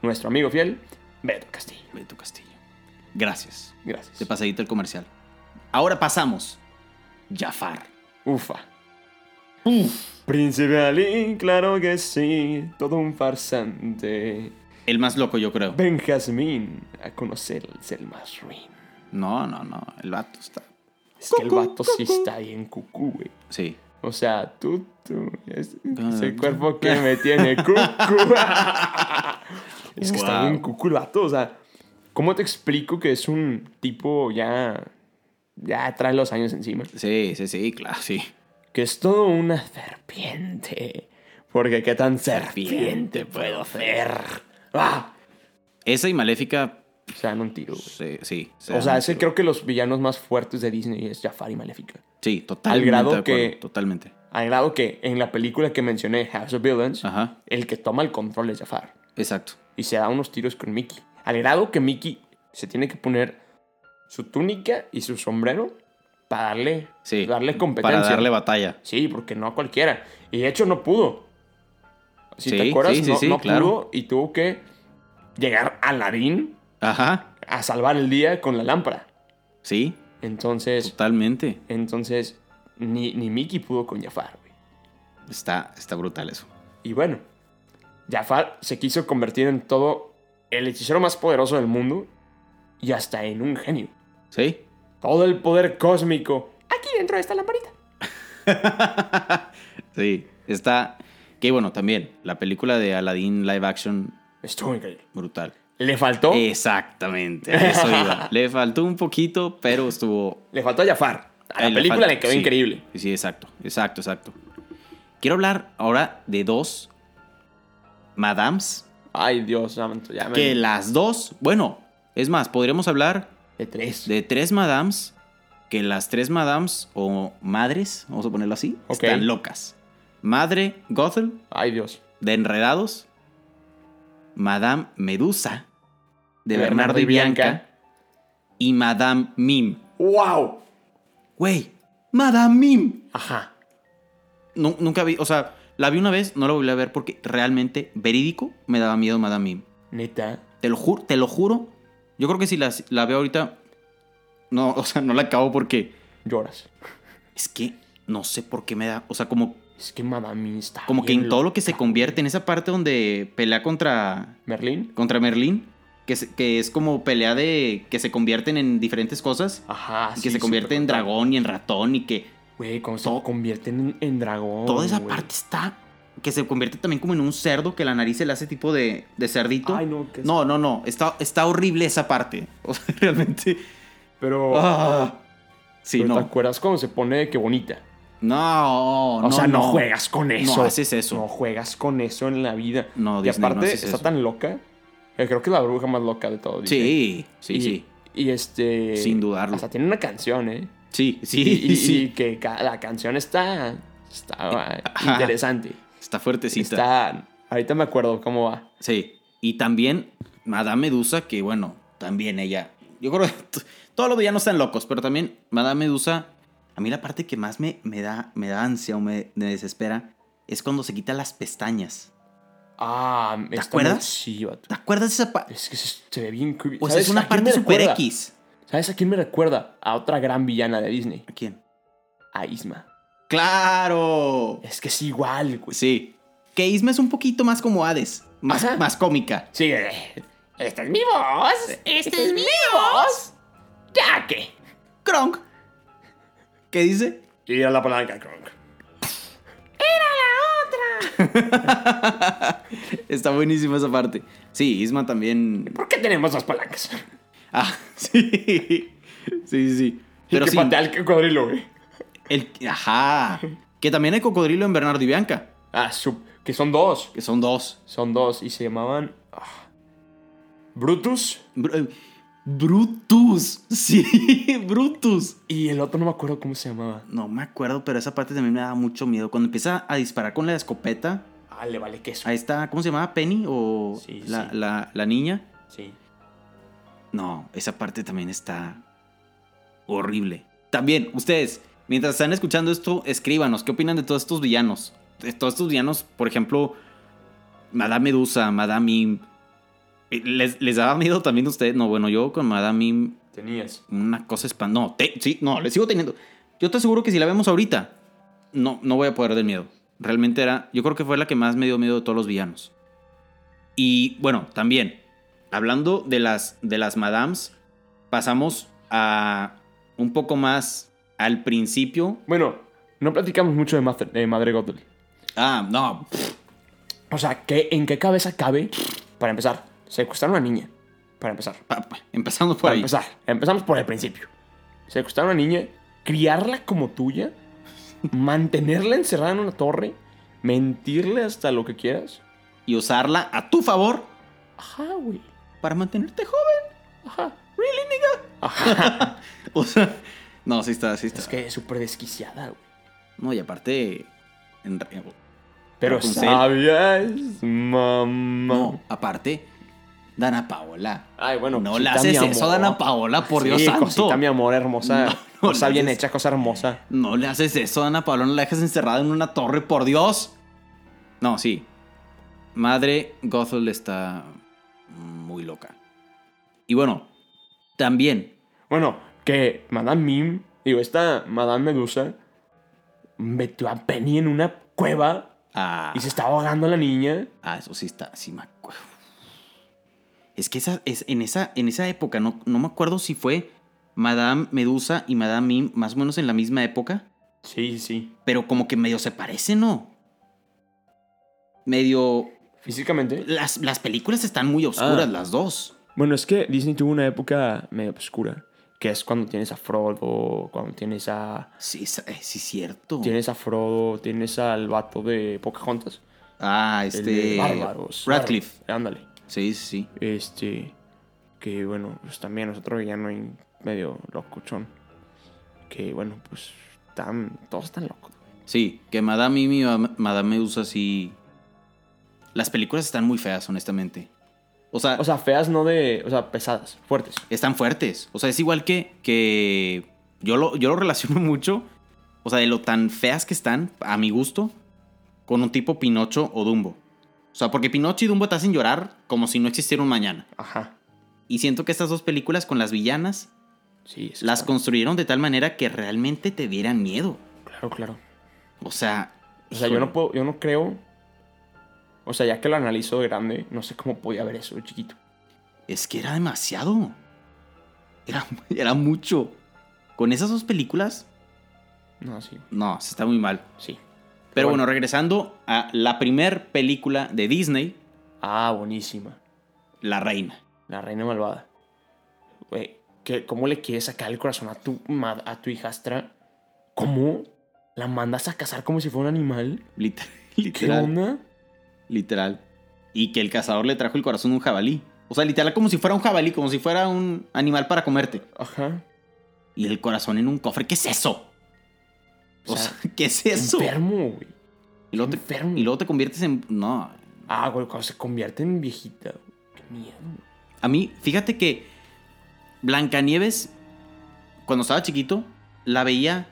[SPEAKER 1] Nuestro amigo fiel, Beto Castillo.
[SPEAKER 2] Beto Castillo. Gracias.
[SPEAKER 1] Gracias.
[SPEAKER 2] De pasadito el comercial. Ahora pasamos. Jafar.
[SPEAKER 1] Ufa. Príncipe Ali, claro que sí, todo un farsante.
[SPEAKER 2] El más loco, yo creo.
[SPEAKER 1] Benjamín, a conocer el ser más ruin.
[SPEAKER 2] No, no, no. El vato está.
[SPEAKER 1] Es que el vato sí está bien cucú, güey.
[SPEAKER 2] Sí.
[SPEAKER 1] O sea, tú, tú, es-
[SPEAKER 2] Ah.
[SPEAKER 1] ese cuerpo que me tiene cucú. es que está
[SPEAKER 2] Wow.
[SPEAKER 1] bien cucú el vato, o sea, ¿cómo te explico que es un tipo ya, ya trae los años encima?
[SPEAKER 2] Sí, sí, sí, claro, sí.
[SPEAKER 1] que es todo una serpiente. Porque qué tan
[SPEAKER 2] Serpiente
[SPEAKER 1] serpiente
[SPEAKER 2] puedo
[SPEAKER 1] puedo ser. ¡Ah!
[SPEAKER 2] Esa y Maléfica, pues,
[SPEAKER 1] Se dan un tiro, güey.
[SPEAKER 2] sí. sí
[SPEAKER 1] O sea, ese creo que los villanos más fuertes de Disney es Jafar y Maléfica.
[SPEAKER 2] Sí, totalmente.
[SPEAKER 1] grado
[SPEAKER 2] de acuerdo,
[SPEAKER 1] que-
[SPEAKER 2] Totalmente.
[SPEAKER 1] Al grado que en la película que mencioné, House of Villains,
[SPEAKER 2] Ajá,
[SPEAKER 1] el que toma el control es Jafar.
[SPEAKER 2] exacto.
[SPEAKER 1] Y se da unos tiros con Mickey. Al grado que Mickey se tiene que poner su túnica y su sombrero para darle,
[SPEAKER 2] Sí.
[SPEAKER 1] darle competencia.
[SPEAKER 2] Para darle batalla.
[SPEAKER 1] Sí, porque no a cualquiera. Y de hecho no pudo. Si
[SPEAKER 2] Sí,
[SPEAKER 1] te acuerdas,
[SPEAKER 2] sí, sí,
[SPEAKER 1] no,
[SPEAKER 2] sí,
[SPEAKER 1] no
[SPEAKER 2] claro.
[SPEAKER 1] pudo y tuvo que llegar a Larín
[SPEAKER 2] Ajá,
[SPEAKER 1] a salvar el día con la lámpara.
[SPEAKER 2] sí,
[SPEAKER 1] Entonces,
[SPEAKER 2] totalmente.
[SPEAKER 1] entonces ni, ni Mickey pudo con Jafar. güey.
[SPEAKER 2] Está, está brutal eso.
[SPEAKER 1] Y bueno, Jafar se quiso convertir en todo el hechicero más poderoso del mundo y hasta en un genio.
[SPEAKER 2] ¿Sí?
[SPEAKER 1] Todo el poder cósmico aquí dentro de esta lamparita.
[SPEAKER 2] sí, está... Que bueno, también, la película de Aladdin live action,
[SPEAKER 1] Estuvo increíble.
[SPEAKER 2] brutal.
[SPEAKER 1] Le faltó,
[SPEAKER 2] Eh, Exactamente, a eso iba. Le faltó un poquito, pero estuvo...
[SPEAKER 1] le faltó a Jafar. A la
[SPEAKER 2] Ay,
[SPEAKER 1] película
[SPEAKER 2] falta-
[SPEAKER 1] le quedó
[SPEAKER 2] eh, sí,
[SPEAKER 1] increíble.
[SPEAKER 2] Sí, exacto, exacto, exacto. Quiero hablar ahora de dos madams,
[SPEAKER 1] Ay, Dios, santo, ya me...
[SPEAKER 2] que las dos, bueno, es más, podríamos hablar
[SPEAKER 1] De tres.
[SPEAKER 2] de tres madams que las tres madams o madres, vamos a ponerlo así,
[SPEAKER 1] Ok.
[SPEAKER 2] están locas. Madre Gothel
[SPEAKER 1] Ay, Dios.
[SPEAKER 2] de Enredados, Madame Medusa de Bernardo,
[SPEAKER 1] Bernardo
[SPEAKER 2] y
[SPEAKER 1] y
[SPEAKER 2] Bianca,
[SPEAKER 1] Bianca.
[SPEAKER 2] y Madame Mim.
[SPEAKER 1] ¡Wow!
[SPEAKER 2] Güey, Madame Mim.
[SPEAKER 1] Ajá.
[SPEAKER 2] Nu- nunca vi, o sea, la vi una vez, no la volví a ver porque realmente verídico me daba miedo Madame Mim.
[SPEAKER 1] Neta.
[SPEAKER 2] Te lo juro, te lo juro. Yo creo que si la, la veo ahorita no, o sea, no la acabo porque
[SPEAKER 1] Lloras.
[SPEAKER 2] Es que no sé por qué me da. O sea, como,
[SPEAKER 1] Es que Madame está.
[SPEAKER 2] como que
[SPEAKER 1] bien
[SPEAKER 2] en todo lo que se
[SPEAKER 1] loca.
[SPEAKER 2] convierte, en esa parte donde pelea contra,
[SPEAKER 1] Merlín.
[SPEAKER 2] contra Merlín, que, se- que es como pelea de. que se convierten en diferentes cosas.
[SPEAKER 1] Ajá.
[SPEAKER 2] y que se convierte en dragón y en ratón y que
[SPEAKER 1] Güey, cuando
[SPEAKER 2] Todo-
[SPEAKER 1] se convierten en, en dragón.
[SPEAKER 2] toda esa
[SPEAKER 1] güey.
[SPEAKER 2] parte está. que se convierte también como en un cerdo, que la nariz se le hace tipo de, de cerdito.
[SPEAKER 1] Ay, no, que
[SPEAKER 2] No, no, no. Está, está horrible esa parte. O sea, realmente.
[SPEAKER 1] Pero,
[SPEAKER 2] Ah. Sí,
[SPEAKER 1] Oh. pero ¿te
[SPEAKER 2] no.
[SPEAKER 1] acuerdas cuando se pone de que bonita?
[SPEAKER 2] No,
[SPEAKER 1] O
[SPEAKER 2] no.
[SPEAKER 1] sea, no, juegas con eso.
[SPEAKER 2] No haces eso.
[SPEAKER 1] No juegas con eso en la vida.
[SPEAKER 2] No,
[SPEAKER 1] y
[SPEAKER 2] Disney, no
[SPEAKER 1] aparte,
[SPEAKER 2] haces
[SPEAKER 1] está
[SPEAKER 2] eso.
[SPEAKER 1] tan loca. que creo que es la bruja más loca de todo. Disney.
[SPEAKER 2] Sí, sí,
[SPEAKER 1] y,
[SPEAKER 2] sí.
[SPEAKER 1] Y este.
[SPEAKER 2] Sin dudarlo.
[SPEAKER 1] Hasta tiene una canción, ¿eh?
[SPEAKER 2] Sí, sí,
[SPEAKER 1] Y, y-
[SPEAKER 2] sí. Eh,
[SPEAKER 1] y que ca- la canción está. Está ah,
[SPEAKER 2] Ajá.
[SPEAKER 1] interesante.
[SPEAKER 2] Está fuertecita.
[SPEAKER 1] Está. Ahorita me acuerdo cómo va.
[SPEAKER 2] Sí. Y también Madame Medusa, que bueno, también ella. Yo creo que t- todos los villanos están locos, pero también Madame Medusa. A mí la parte que más me, me da, me da ansia o me, me desespera es cuando se quita las pestañas.
[SPEAKER 1] Ah, ¿te
[SPEAKER 2] acuerdas?
[SPEAKER 1] Sí, vato.
[SPEAKER 2] ¿Te acuerdas de esa parte?
[SPEAKER 1] Es que se, se ve bien creepy.
[SPEAKER 2] Pues
[SPEAKER 1] ¿Sabes
[SPEAKER 2] es
[SPEAKER 1] a
[SPEAKER 2] una
[SPEAKER 1] quién
[SPEAKER 2] parte
[SPEAKER 1] me
[SPEAKER 2] super
[SPEAKER 1] recuerda?
[SPEAKER 2] X.
[SPEAKER 1] ¿Sabes a quién me recuerda? A otra gran villana de Disney.
[SPEAKER 2] ¿A quién?
[SPEAKER 1] A Isma.
[SPEAKER 2] ¡Claro!
[SPEAKER 1] Es que es igual, güey.
[SPEAKER 2] Sí. Que Isma es un poquito más como Hades. Más,
[SPEAKER 1] Ajá.
[SPEAKER 2] más cómica.
[SPEAKER 1] Sí. eh, Esta es mi voz. Esta es mi voz. Ya que.
[SPEAKER 2] Kronk. ¿Qué dice?
[SPEAKER 1] Y era la palanca, Kronk.
[SPEAKER 2] Está buenísima esa parte. Sí, Isma también.
[SPEAKER 1] ¿Por qué tenemos dos palancas?
[SPEAKER 2] Ah, sí. Sí, sí, sí. Pero
[SPEAKER 1] y que
[SPEAKER 2] sí.
[SPEAKER 1] patea el cocodrilo, güey.
[SPEAKER 2] El, ajá. Que también hay cocodrilo en Bernardo y Bianca.
[SPEAKER 1] Ah, su, que son dos.
[SPEAKER 2] Que son dos.
[SPEAKER 1] Son dos y se llamaban. ah, Brutus.
[SPEAKER 2] Br- eh, Brutus. Sí, Brutus.
[SPEAKER 1] Y el otro no me acuerdo cómo se llamaba.
[SPEAKER 2] No me acuerdo, pero esa parte también me daba mucho miedo. Cuando empieza a disparar con la escopeta,
[SPEAKER 1] Ah, le vale queso.
[SPEAKER 2] ahí está, ¿cómo se llamaba? Penny o
[SPEAKER 1] Sí,
[SPEAKER 2] la,
[SPEAKER 1] sí.
[SPEAKER 2] la- la niña.
[SPEAKER 1] Sí.
[SPEAKER 2] No, esa parte también está horrible. También, ustedes, mientras están escuchando esto, escríbanos, ¿qué opinan de todos estos villanos? De todos estos villanos, por ejemplo, Madame Medusa, Madame Mim. ¿Les, les daba miedo también a ustedes? No, bueno, yo con Madame Mim,
[SPEAKER 1] Tenías.
[SPEAKER 2] una cosa espantosa. No, te- sí, no, le sigo teniendo. Yo te aseguro que si la vemos ahorita, no, no voy a poder del miedo. Realmente era, yo creo que fue la que más me dio miedo de todos los villanos. Y bueno, también, hablando de las, de las madams, pasamos a un poco más al principio.
[SPEAKER 1] Bueno, no platicamos mucho de, Master- de Madre Gothel.
[SPEAKER 2] Ah, no, pff,
[SPEAKER 1] O sea, ¿qué, ¿en qué cabeza cabe? Para empezar, secuestraron a una niña. Para empezar.
[SPEAKER 2] pa- pa- empezando por
[SPEAKER 1] Para
[SPEAKER 2] ahí.
[SPEAKER 1] empezar, empezamos por el principio. Secuestrar a una niña, criarla como tuya, mantenerla encerrada en una torre, mentirle hasta lo que quieras.
[SPEAKER 2] Y usarla a tu favor
[SPEAKER 1] Ajá, güey.
[SPEAKER 2] para mantenerte joven.
[SPEAKER 1] Ajá.
[SPEAKER 2] Really, nigga.
[SPEAKER 1] Ajá.
[SPEAKER 2] O sea, no, sí está, sí está.
[SPEAKER 1] es que es súper desquiciada, güey.
[SPEAKER 2] No, y aparte, en re-
[SPEAKER 1] Pero
[SPEAKER 2] Rapunzel.
[SPEAKER 1] sabías, mamá.
[SPEAKER 2] No, aparte, Dana Paola.
[SPEAKER 1] Ay, bueno.
[SPEAKER 2] no
[SPEAKER 1] cosita,
[SPEAKER 2] la haces
[SPEAKER 1] mi
[SPEAKER 2] eso,
[SPEAKER 1] amor.
[SPEAKER 2] Dana Paola, por Dios
[SPEAKER 1] Sí,
[SPEAKER 2] santo.
[SPEAKER 1] cosita, mi amor, hermosa.
[SPEAKER 2] No, no
[SPEAKER 1] cosa
[SPEAKER 2] le
[SPEAKER 1] bien
[SPEAKER 2] haces-
[SPEAKER 1] hecha, cosa hermosa.
[SPEAKER 2] No le haces eso, Dana Paola, no la dejas encerrada en una torre, por Dios. No, sí. Madre Gothel está muy loca. Y bueno, también.
[SPEAKER 1] Bueno, que Madame Mim, digo, esta Madame Medusa, metió a Penny en una cueva
[SPEAKER 2] Ah,
[SPEAKER 1] y se estaba ahogando la niña.
[SPEAKER 2] ah, eso sí está, sí me acuerdo. Es que esa, es, en, esa, en esa época, no, no me acuerdo si fue Madame Medusa y Madame Mim más o menos en la misma época.
[SPEAKER 1] Sí, sí.
[SPEAKER 2] pero como que medio se parece, ¿no? Medio...
[SPEAKER 1] Físicamente.
[SPEAKER 2] Las, las películas están muy oscuras,
[SPEAKER 1] Ah.
[SPEAKER 2] las dos.
[SPEAKER 1] Bueno, es que Disney tuvo una época medio oscura, que es cuando tienes a Frodo, cuando tienes a...
[SPEAKER 2] Sí, es- eh, sí, cierto.
[SPEAKER 1] Tienes a Frodo, tienes al vato de Pocahontas.
[SPEAKER 2] Ah,
[SPEAKER 1] el de
[SPEAKER 2] este...
[SPEAKER 1] Bárbaros.
[SPEAKER 2] Radcliffe.
[SPEAKER 1] Bárbaros. Ándale.
[SPEAKER 2] Sí, sí.
[SPEAKER 1] Este. Que bueno, pues también es otro villano ahí medio locuchón. Que bueno, pues están. Todos están locos.
[SPEAKER 2] Sí, que Madame Mimi, Madame Madame Medusa, sí... Las películas están muy feas, honestamente. O sea,
[SPEAKER 1] O sea, feas no de. O sea, pesadas, fuertes.
[SPEAKER 2] están fuertes. O sea, es igual que... que yo, lo, yo lo relaciono mucho. O sea, de lo tan feas que están, a mi gusto, con un tipo Pinocho o Dumbo. O sea, porque Pinocho y Dumbo te hacen llorar como si no existiera un mañana.
[SPEAKER 1] Ajá.
[SPEAKER 2] Y siento que estas dos películas con las villanas
[SPEAKER 1] Sí, es que
[SPEAKER 2] las
[SPEAKER 1] están-
[SPEAKER 2] construyeron de tal manera que realmente te dieran miedo.
[SPEAKER 1] Claro, claro.
[SPEAKER 2] O sea,
[SPEAKER 1] O sea, yo no puedo. Yo no creo. O sea, ya que lo analizo de grande, no sé cómo podía ver eso de chiquito.
[SPEAKER 2] es que era demasiado. Era, era mucho. Con esas dos películas,
[SPEAKER 1] No, sí.
[SPEAKER 2] no, se está muy mal.
[SPEAKER 1] Sí.
[SPEAKER 2] Pero
[SPEAKER 1] Bueno.
[SPEAKER 2] bueno, regresando a la primer película de Disney,
[SPEAKER 1] Ah, buenísima.
[SPEAKER 2] La Reina.
[SPEAKER 1] La reina malvada. Güey, que cómo le quieres sacar el corazón a tu, ma- a tu hijastra. ¿Cómo? ¿La mandas a cazar como si fuera un animal?
[SPEAKER 2] Liter-
[SPEAKER 1] ¿Qué
[SPEAKER 2] literal.
[SPEAKER 1] onda?
[SPEAKER 2] Literal. Y que el cazador le trajo el corazón a un jabalí. O sea, literal como si fuera un jabalí, como si fuera un animal para comerte.
[SPEAKER 1] Ajá.
[SPEAKER 2] Y el corazón en un cofre. ¿Qué es eso? O
[SPEAKER 1] O sea,
[SPEAKER 2] sea, ¿qué es eso?
[SPEAKER 1] Enfermo, güey.
[SPEAKER 2] Y luego, te,
[SPEAKER 1] enfermo.
[SPEAKER 2] y luego te conviertes en... No.
[SPEAKER 1] Ah, güey, cuando se convierte en viejita. güey. Qué miedo.
[SPEAKER 2] A mí, fíjate que Blancanieves, cuando estaba chiquito, la veía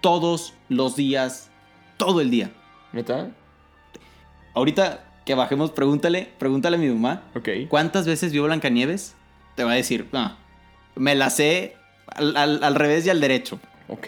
[SPEAKER 2] todos los días, todo el día.
[SPEAKER 1] ¿Neta?
[SPEAKER 2] Ahorita que bajemos, pregúntale, pregúntale a mi mamá.
[SPEAKER 1] Ok.
[SPEAKER 2] ¿Cuántas veces vio Blancanieves? Te va a decir, "Ah, me la sé al, al- al revés y al derecho.
[SPEAKER 1] Ok.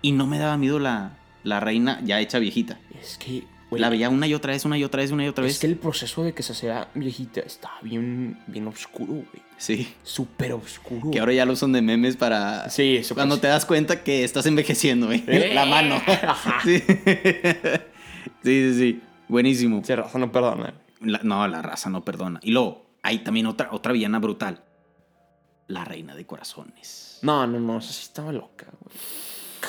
[SPEAKER 2] Y no me daba miedo la, la reina ya hecha viejita.
[SPEAKER 1] Es que, güey,
[SPEAKER 2] la veía una y otra vez, una y otra vez, una y otra vez.
[SPEAKER 1] Es que el proceso de que se sea viejita está bien, bien oscuro, güey.
[SPEAKER 2] Sí.
[SPEAKER 1] Súper oscuro.
[SPEAKER 2] Que ahora ya lo usan de memes para.
[SPEAKER 1] Sí, eso
[SPEAKER 2] Cuando te das cuenta que estás envejeciendo, güey. La mano.
[SPEAKER 1] Ajá.
[SPEAKER 2] Sí. sí, sí, sí. Buenísimo.
[SPEAKER 1] Sí, raza no eh. perdona.
[SPEAKER 2] La- no, la raza no perdona. Y luego, hay también otra, otra villana brutal. La reina de corazones.
[SPEAKER 1] No, no, no, esa sí estaba loca, güey.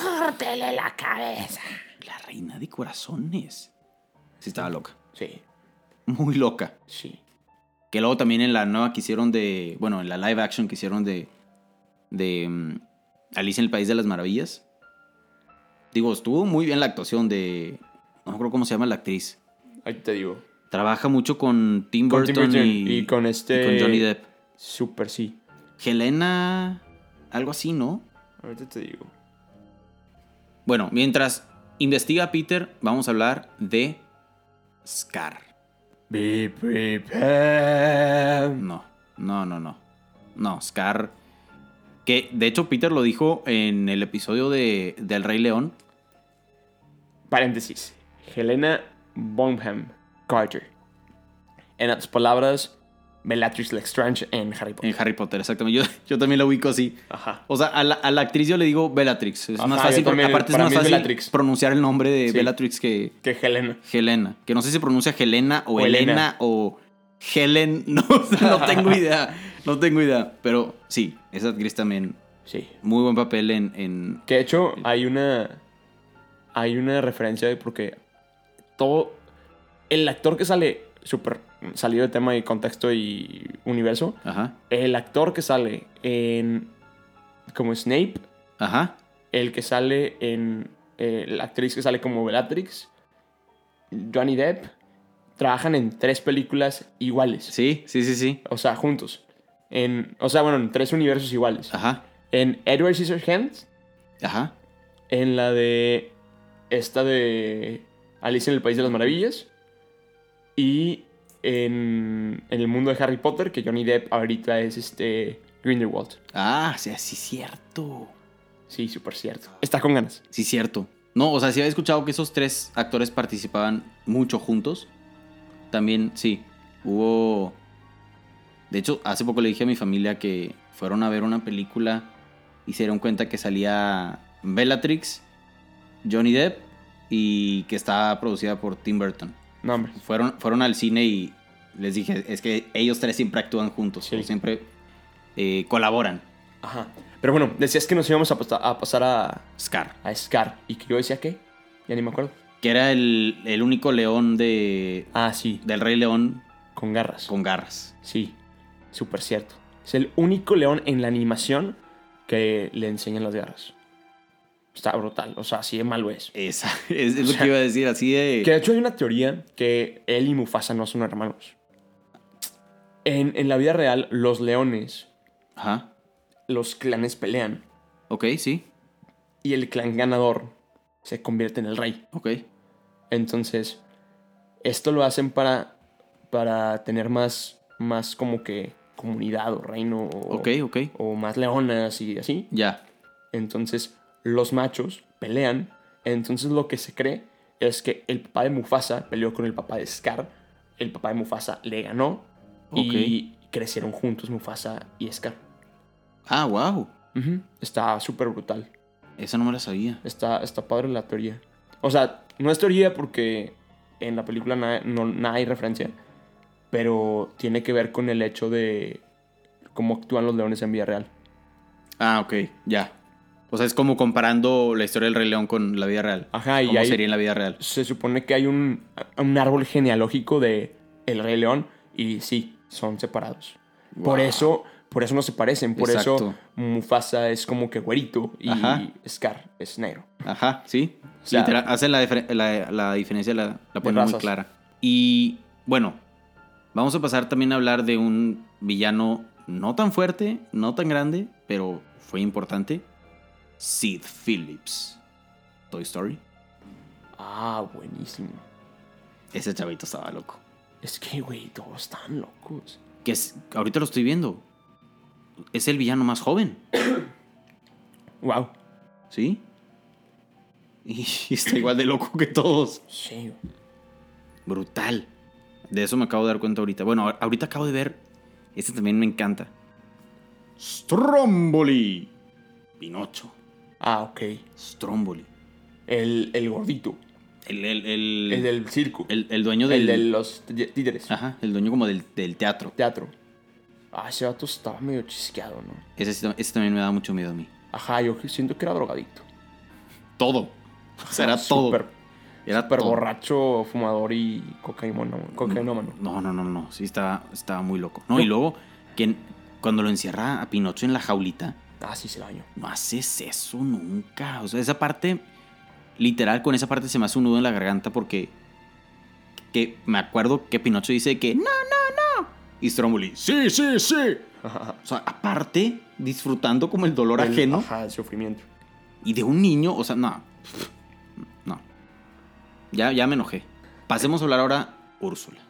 [SPEAKER 1] ¡Córtele la cabeza!
[SPEAKER 2] La reina de corazones. Sí, estaba loca.
[SPEAKER 1] Sí,
[SPEAKER 2] Muy loca.
[SPEAKER 1] sí.
[SPEAKER 2] Que luego también en la nueva que hicieron de. Bueno, en la live action que hicieron de. De. mm, Alicia en el País de las Maravillas. Digo, estuvo muy bien la actuación de. No creo cómo se llama la actriz.
[SPEAKER 1] Ahí te digo.
[SPEAKER 2] Trabaja mucho con Tim
[SPEAKER 1] Con
[SPEAKER 2] Burton,
[SPEAKER 1] Tim Burton
[SPEAKER 2] y,
[SPEAKER 1] y con este-
[SPEAKER 2] y con Johnny Depp.
[SPEAKER 1] Súper sí.
[SPEAKER 2] Helena. Algo así, ¿no?
[SPEAKER 1] Ahorita te digo.
[SPEAKER 2] Bueno, mientras investiga a Peter, vamos a hablar de. Scar.
[SPEAKER 1] Be prepared.
[SPEAKER 2] No, no, no, no. No, Scar. Que de hecho Peter lo dijo en el episodio de, del Rey León.
[SPEAKER 1] Paréntesis. Helena Bonham Carter. En otras palabras, Bellatrix Lestrange en Harry Potter.
[SPEAKER 2] En Harry Potter, exactamente. Yo, yo también lo ubico así.
[SPEAKER 1] Ajá.
[SPEAKER 2] O sea, a la, a la actriz yo le digo Bellatrix. Es
[SPEAKER 1] Ajá,
[SPEAKER 2] más
[SPEAKER 1] yo
[SPEAKER 2] fácil, porque
[SPEAKER 1] también,
[SPEAKER 2] aparte es
[SPEAKER 1] para
[SPEAKER 2] más
[SPEAKER 1] mí es
[SPEAKER 2] fácil
[SPEAKER 1] Bellatrix.
[SPEAKER 2] pronunciar el nombre de
[SPEAKER 1] Sí.
[SPEAKER 2] Bellatrix que
[SPEAKER 1] Que Helena.
[SPEAKER 2] Helena. Que no sé si se pronuncia Helena o,
[SPEAKER 1] O
[SPEAKER 2] Helena.
[SPEAKER 1] Elena.
[SPEAKER 2] o Helen. No, no tengo idea. No tengo idea. Pero sí, esa actriz también.
[SPEAKER 1] Sí.
[SPEAKER 2] Muy buen papel en. en...
[SPEAKER 1] Que de hecho hay una. Hay una referencia de porque todo. El actor que sale. Super salido de tema y contexto y universo.
[SPEAKER 2] Ajá.
[SPEAKER 1] El actor que sale en. Como Snape.
[SPEAKER 2] Ajá.
[SPEAKER 1] El que sale en. eh, la actriz que sale como Bellatrix. Johnny Depp. Trabajan en tres películas iguales.
[SPEAKER 2] Sí, sí, sí, sí.
[SPEAKER 1] O sea, juntos. En, o sea, bueno, en tres universos iguales.
[SPEAKER 2] Ajá.
[SPEAKER 1] En Edward Scissorhands.
[SPEAKER 2] Ajá.
[SPEAKER 1] En la de. Esta de. Alicia en el País de las Maravillas. Y en. En el mundo de Harry Potter, que Johnny Depp ahorita es este. Grindelwald.
[SPEAKER 2] Ah, sí, sí, cierto.
[SPEAKER 1] Sí, súper cierto. Está con ganas.
[SPEAKER 2] Sí, cierto. No, o sea, sí había escuchado que esos tres actores participaban mucho juntos. También, sí, hubo... De hecho, hace poco le dije a mi familia que fueron a ver una película y se dieron cuenta que salía Bellatrix, Johnny Depp y que estaba producida por Tim Burton.
[SPEAKER 1] No, hombre.
[SPEAKER 2] Fueron, fueron al cine y les dije, es que ellos tres siempre actúan juntos,
[SPEAKER 1] Sí.
[SPEAKER 2] o siempre eh, colaboran.
[SPEAKER 1] Ajá. Pero bueno, decías que nos íbamos a, pasta- a pasar a.
[SPEAKER 2] Scar.
[SPEAKER 1] A Scar. ¿Y que yo decía qué? Ya ni me acuerdo.
[SPEAKER 2] Que era el, el único león de,
[SPEAKER 1] Ah, sí.
[SPEAKER 2] del Rey León
[SPEAKER 1] Con garras.
[SPEAKER 2] con garras.
[SPEAKER 1] Sí, súper cierto. Es el único león en la animación que le enseñan las garras. Está brutal, o sea, así de malo es.
[SPEAKER 2] Esa, es, es
[SPEAKER 1] O
[SPEAKER 2] lo
[SPEAKER 1] sea,
[SPEAKER 2] que iba a decir, así de...
[SPEAKER 1] Que de hecho hay una teoría que él y Mufasa no son hermanos. En, en la vida real, los leones,
[SPEAKER 2] Ajá.
[SPEAKER 1] los clanes pelean
[SPEAKER 2] Ok, sí.
[SPEAKER 1] y el clan ganador se convierte en el rey.
[SPEAKER 2] Ok.
[SPEAKER 1] Entonces, esto lo hacen para, para tener más, más como que comunidad o reino o,
[SPEAKER 2] Ok, ok.
[SPEAKER 1] o más leonas y así.
[SPEAKER 2] Ya.
[SPEAKER 1] Entonces los machos pelean. Entonces lo que se cree es que el papá de Mufasa peleó con el papá de Scar. El papá de Mufasa le ganó. Y crecieron juntos Mufasa y Scar.
[SPEAKER 2] Ah, wow.
[SPEAKER 1] Ujú, Está súper brutal.
[SPEAKER 2] Esa no me la sabía.
[SPEAKER 1] Está, está padre la teoría. O sea, no es teoría porque en la película na- no, nada hay referencia. Pero tiene que ver con el hecho de cómo actúan los leones en vida real.
[SPEAKER 2] Ah, ok, ya. O sea, es como comparando la historia del Rey León con la vida real.
[SPEAKER 1] Ajá, Ah, y
[SPEAKER 2] ¿Cómo
[SPEAKER 1] ahí-
[SPEAKER 2] sería en la vida real?
[SPEAKER 1] Se supone que hay un, un árbol genealógico de El Rey León y sí, son separados. Por
[SPEAKER 2] Wow.
[SPEAKER 1] eso, por eso no se parecen, por
[SPEAKER 2] Exacto.
[SPEAKER 1] eso Mufasa es como que güerito y
[SPEAKER 2] Ajá.
[SPEAKER 1] Scar es negro.
[SPEAKER 2] Ajá, sí.
[SPEAKER 1] O sea-
[SPEAKER 2] Literal, hacen la, difere- la- la diferencia, la, la ponen muy
[SPEAKER 1] razas.
[SPEAKER 2] clara. Y bueno, vamos a pasar también a hablar de un villano no tan fuerte, no tan grande, pero fue importante. Sid Phillips. Toy Story.
[SPEAKER 1] Ah, buenísimo.
[SPEAKER 2] Ese chavito estaba loco.
[SPEAKER 1] Es que, güey, todos están locos.
[SPEAKER 2] Que es, ahorita lo estoy viendo. Es el villano más joven,
[SPEAKER 1] Wow.
[SPEAKER 2] ¿sí? Y está igual de loco que todos.
[SPEAKER 1] Sí. güey.
[SPEAKER 2] Brutal. De eso me acabo de dar cuenta ahorita. Bueno, ahor- ahorita acabo de ver. Este también me encanta.
[SPEAKER 3] Stromboli.
[SPEAKER 2] Pinocho.
[SPEAKER 1] Ah, ok.
[SPEAKER 2] Stromboli.
[SPEAKER 1] El, el gordito.
[SPEAKER 2] El, el, el,
[SPEAKER 1] El del circo.
[SPEAKER 2] el- el dueño
[SPEAKER 1] El
[SPEAKER 2] del. Ah.
[SPEAKER 1] de los tí- títeres.
[SPEAKER 2] Ajá, el dueño como del, del teatro.
[SPEAKER 1] Teatro. Ah, ese vato estaba medio chisqueado, ¿no?
[SPEAKER 2] Ese, sí- ese también me da mucho miedo a mí.
[SPEAKER 1] Ajá, yo siento que era drogadicto.
[SPEAKER 2] Todo. O sea, era todo.
[SPEAKER 1] Súper,
[SPEAKER 2] era
[SPEAKER 1] súper
[SPEAKER 2] todo.
[SPEAKER 1] borracho, fumador y cocainómano. cocainómano.
[SPEAKER 2] No, no, no, no. Sí, estaba, estaba muy loco. No, y luego, que cuando lo encierra a Pinocho en la jaulita,
[SPEAKER 1] Ah, sí, se bañó.
[SPEAKER 2] no haces eso nunca. O sea, esa parte, literal, con esa parte se me hace un nudo en la garganta porque que me acuerdo que Pinocho dice que no, no, no. Y Stromboli,
[SPEAKER 3] Sí, sí, sí.
[SPEAKER 2] o sea, aparte, disfrutando como el dolor
[SPEAKER 1] El-
[SPEAKER 2] ajeno
[SPEAKER 1] Ajá, el sufrimiento.
[SPEAKER 2] y de un niño, o sea, no. No. Ya, ya me enojé. Pasemos a hablar ahora Úrsula.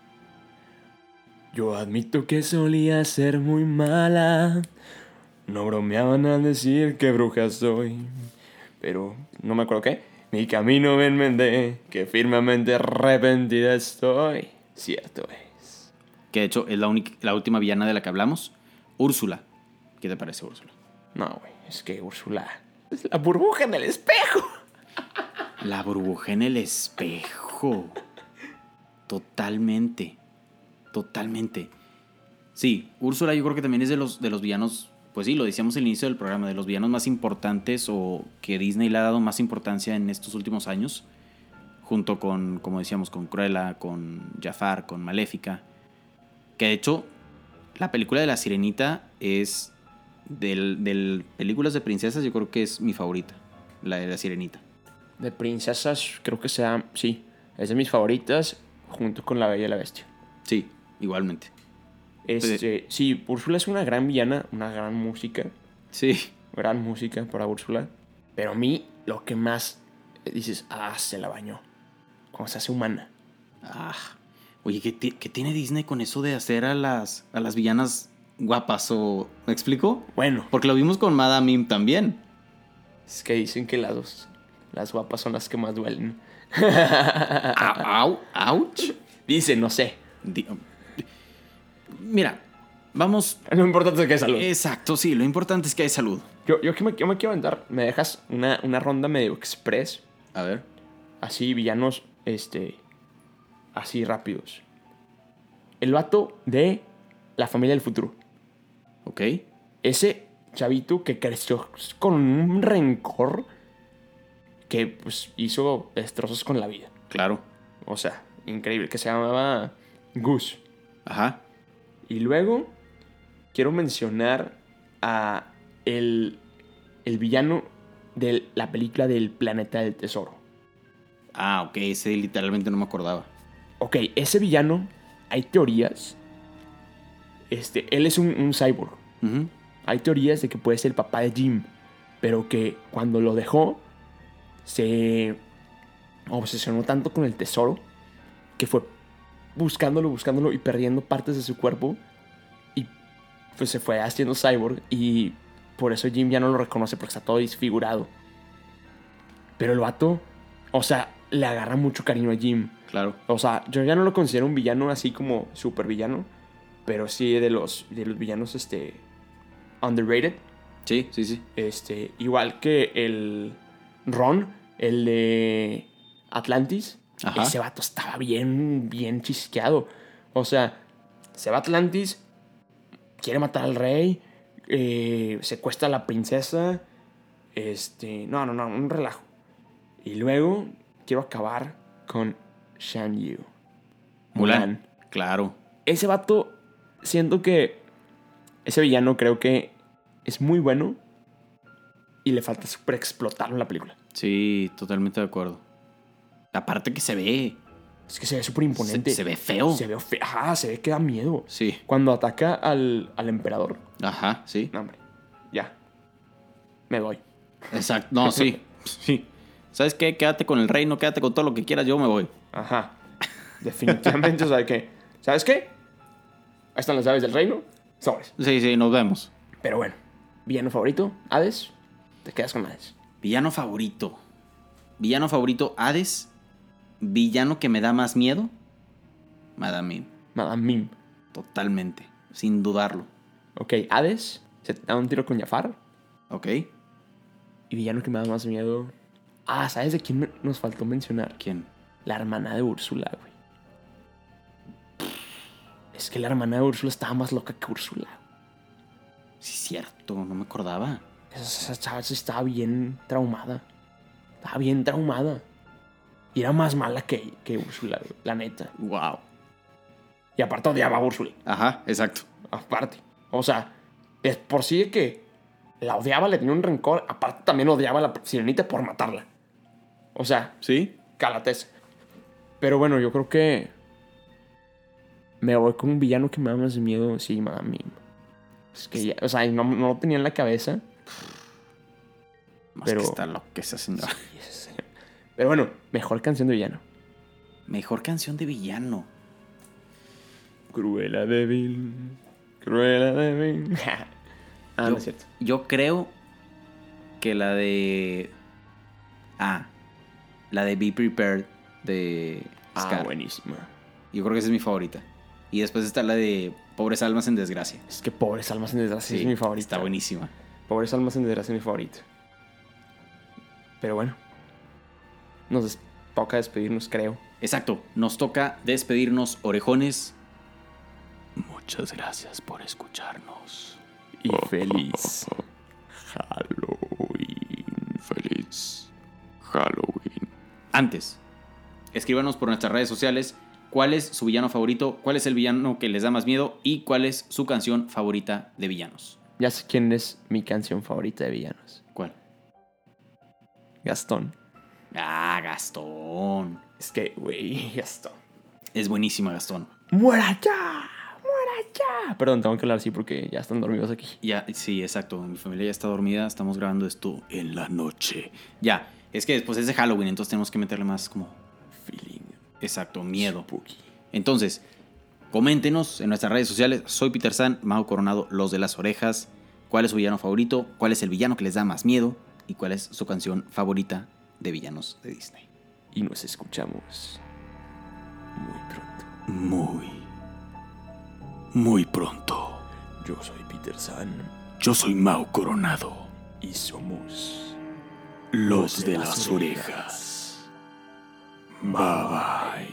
[SPEAKER 1] Yo admito que solía ser muy mala. No bromeaban al decir que bruja soy. Pero no me acuerdo qué. Mi camino me enmendé, que firmemente arrepentida estoy. Cierto es.
[SPEAKER 2] Que de hecho es la, única- la última villana de la que hablamos. Úrsula. ¿Qué te parece Úrsula?
[SPEAKER 1] No, güey, es que Úrsula. Es la burbuja en el espejo.
[SPEAKER 2] La burbuja en el espejo. Totalmente. Totalmente. Sí, Úrsula yo creo que también es de los, de los villanos, pues sí, lo decíamos al inicio del programa, de los villanos más importantes o que Disney le ha dado más importancia en estos últimos años, junto con, como decíamos, con Cruella, con Jafar, con Maléfica. Que de hecho, la película de La Sirenita es, del, del películas de princesas, yo creo que es mi favorita, la de La Sirenita.
[SPEAKER 1] De princesas, creo que sea. Sí, es de mis favoritas, junto con la Bella y la Bestia.
[SPEAKER 2] Sí, igualmente.
[SPEAKER 1] Este, sí, Úrsula es una gran villana, una gran música.
[SPEAKER 2] Sí.
[SPEAKER 1] gran música para Úrsula. Pero a mí lo que más eh, dices, ah, se la bañó. Cuando se hace humana.
[SPEAKER 2] Ah. Oye, ¿qué, ti- qué tiene Disney con eso de hacer a las, a las villanas guapas? O, ¿Me explico?
[SPEAKER 1] Bueno,
[SPEAKER 2] Porque lo vimos con Madame Im también.
[SPEAKER 1] es que dicen que las dos, las guapas son las que más duelen.
[SPEAKER 2] Au, Ah, au, ouch.
[SPEAKER 1] Dicen, no sé.
[SPEAKER 2] Di- um, Mira, vamos.
[SPEAKER 1] Lo importante es que es salud.
[SPEAKER 2] Exacto, sí, lo importante es que hay salud.
[SPEAKER 1] Yo, yo, que me, yo me quiero andar. Me dejas una, una ronda medio express.
[SPEAKER 2] A ver.
[SPEAKER 1] Así, villanos, este. Así rápidos. El vato de la familia del futuro.
[SPEAKER 2] Ok.
[SPEAKER 1] ese chavito que creció con un rencor que pues hizo destrozos con la vida.
[SPEAKER 2] Claro.
[SPEAKER 1] O sea, increíble, que se llamaba Goose.
[SPEAKER 2] Ajá.
[SPEAKER 1] Y luego quiero mencionar a el, el villano de la película del planeta del tesoro.
[SPEAKER 2] Ah, ok, ese literalmente no me acordaba.
[SPEAKER 1] Ok, ese villano, hay teorías. Este, él es un, un cyborg.
[SPEAKER 2] Ujú.
[SPEAKER 1] Hay teorías de que puede ser el papá de Jim, pero que cuando lo dejó se obsesionó tanto con el tesoro que fue buscándolo, buscándolo y perdiendo partes de su cuerpo y pues se fue haciendo cyborg y por eso Jim ya no lo reconoce porque está todo disfigurado. Pero el vato, o sea, le agarra mucho cariño a Jim.
[SPEAKER 2] Claro.
[SPEAKER 1] O sea, yo ya no lo considero un villano así como super villano, pero sí de los, de los villanos este underrated.
[SPEAKER 2] Sí, sí, sí.
[SPEAKER 1] Este, igual que el Ron, el de Atlantis.
[SPEAKER 2] Ajá.
[SPEAKER 1] Ese vato estaba bien, bien chisqueado. O sea, se va a Atlantis, quiere matar al rey, eh, secuestra a la princesa. Este, no, no, no, un relajo. Y luego quiero acabar con Shan Yu.
[SPEAKER 2] Mulan. Claro.
[SPEAKER 1] Ese vato, siento que ese villano creo que es muy bueno y le falta super explotarlo en la película.
[SPEAKER 2] Sí, totalmente de acuerdo. Aparte que se ve.
[SPEAKER 1] Es que se ve súper imponente.
[SPEAKER 2] Se, se ve feo.
[SPEAKER 1] Se ve fe- ajá, se ve que da miedo.
[SPEAKER 2] Sí.
[SPEAKER 1] Cuando ataca al, al emperador.
[SPEAKER 2] Ajá, sí.
[SPEAKER 1] No, hombre, ya. Me voy.
[SPEAKER 2] Exacto. No, sí. Sí. ¿Sabes qué? Quédate con el reino, quédate con todo lo que quieras, yo me voy.
[SPEAKER 1] Ajá. Definitivamente, o sea que. ¿Sabes qué? Ahí están las aves del reino. Sobres.
[SPEAKER 2] Sí, sí, nos vemos.
[SPEAKER 1] Pero bueno, villano favorito, Hades. Te quedas con Hades.
[SPEAKER 2] Villano favorito. Villano favorito, Hades. Villano que me da más miedo. Madame Mim.
[SPEAKER 1] Madame Mim.
[SPEAKER 2] Totalmente. Sin dudarlo.
[SPEAKER 1] Ok, Hades se da un tiro con Jafar.
[SPEAKER 2] ¿Ok?
[SPEAKER 1] Y villano que me da más miedo. Ah, ¿sabes de quién me- nos faltó mencionar?
[SPEAKER 2] ¿Quién?
[SPEAKER 1] La hermana de Úrsula, güey. Es que la hermana de Úrsula estaba más loca que Úrsula.
[SPEAKER 2] Sí, cierto, no me acordaba.
[SPEAKER 1] Esa, esa chava sí estaba bien traumada. Estaba bien traumada. Y era más mala que, que Úrsula, güey, la neta.
[SPEAKER 2] Wow.
[SPEAKER 1] Y aparte odiaba a Úrsula.
[SPEAKER 2] Ajá, exacto.
[SPEAKER 1] Aparte. O sea, es por sí de que la odiaba, le tenía un rencor. Aparte también odiaba a la sirenita por matarla. O sea,
[SPEAKER 2] ¿Sí?
[SPEAKER 1] Calates. Pero bueno, yo creo que. Me voy con un villano que me da más miedo. Sí, Madame Mim. Es que ya- o sea, no, no lo tenía en la cabeza.
[SPEAKER 2] Más
[SPEAKER 1] Pero-
[SPEAKER 2] que está lo que esa señora.
[SPEAKER 1] Pero bueno, mejor canción de villano.
[SPEAKER 2] Mejor canción de villano.
[SPEAKER 1] Cruela débil. Cruela débil. ah,
[SPEAKER 2] yo,
[SPEAKER 1] no es cierto.
[SPEAKER 2] yo creo que la de. Ah, la de Be Prepared de
[SPEAKER 1] Ah,
[SPEAKER 2] Scar.
[SPEAKER 1] buenísima.
[SPEAKER 2] Yo creo que esa es mi favorita. Y después está la de Pobres Almas en Desgracia.
[SPEAKER 1] Es que Pobres Almas en Desgracia es mi favorita.
[SPEAKER 2] Está buenísima.
[SPEAKER 1] Pobres Almas en Desgracia es mi favorita. Pero bueno. Nos des- toca despedirnos, creo.
[SPEAKER 2] Exacto, nos toca despedirnos, orejones. Muchas gracias por escucharnos.
[SPEAKER 1] Y feliz.
[SPEAKER 3] Halloween. Feliz Halloween.
[SPEAKER 2] Antes, escríbanos por nuestras redes sociales cuál es su villano favorito, cuál es el villano que les da más miedo y cuál es su canción favorita de villanos.
[SPEAKER 1] Ya sé quién es mi canción favorita de villanos.
[SPEAKER 2] ¿Cuál?
[SPEAKER 1] Gastón.
[SPEAKER 2] Ah, Gastón.
[SPEAKER 1] Es que, güey, Gastón.
[SPEAKER 2] Es buenísima, Gastón.
[SPEAKER 1] ¡Muera ya! ¡Muera ya! Perdón, tengo que hablar así porque ya están dormidos aquí.
[SPEAKER 2] Ya, sí, exacto. Mi familia ya está dormida. Estamos grabando esto en la noche. Ya, es que después es de Halloween, entonces tenemos que meterle más como
[SPEAKER 1] Feeling.
[SPEAKER 2] exacto, miedo. Entonces, coméntenos en nuestras redes sociales. Soy Peter San, Mau Coronado, Los de las Orejas. ¿Cuál es su villano favorito? ¿Cuál es el villano que les da más miedo? ¿Y cuál es su canción favorita de villanos de Disney?
[SPEAKER 1] Y nos escuchamos muy pronto.
[SPEAKER 2] Muy, muy pronto.
[SPEAKER 1] Yo soy Peter San
[SPEAKER 2] Yo soy Mau Coronado,
[SPEAKER 1] y somos
[SPEAKER 2] Los
[SPEAKER 1] de las Orejas.
[SPEAKER 2] Bye bye.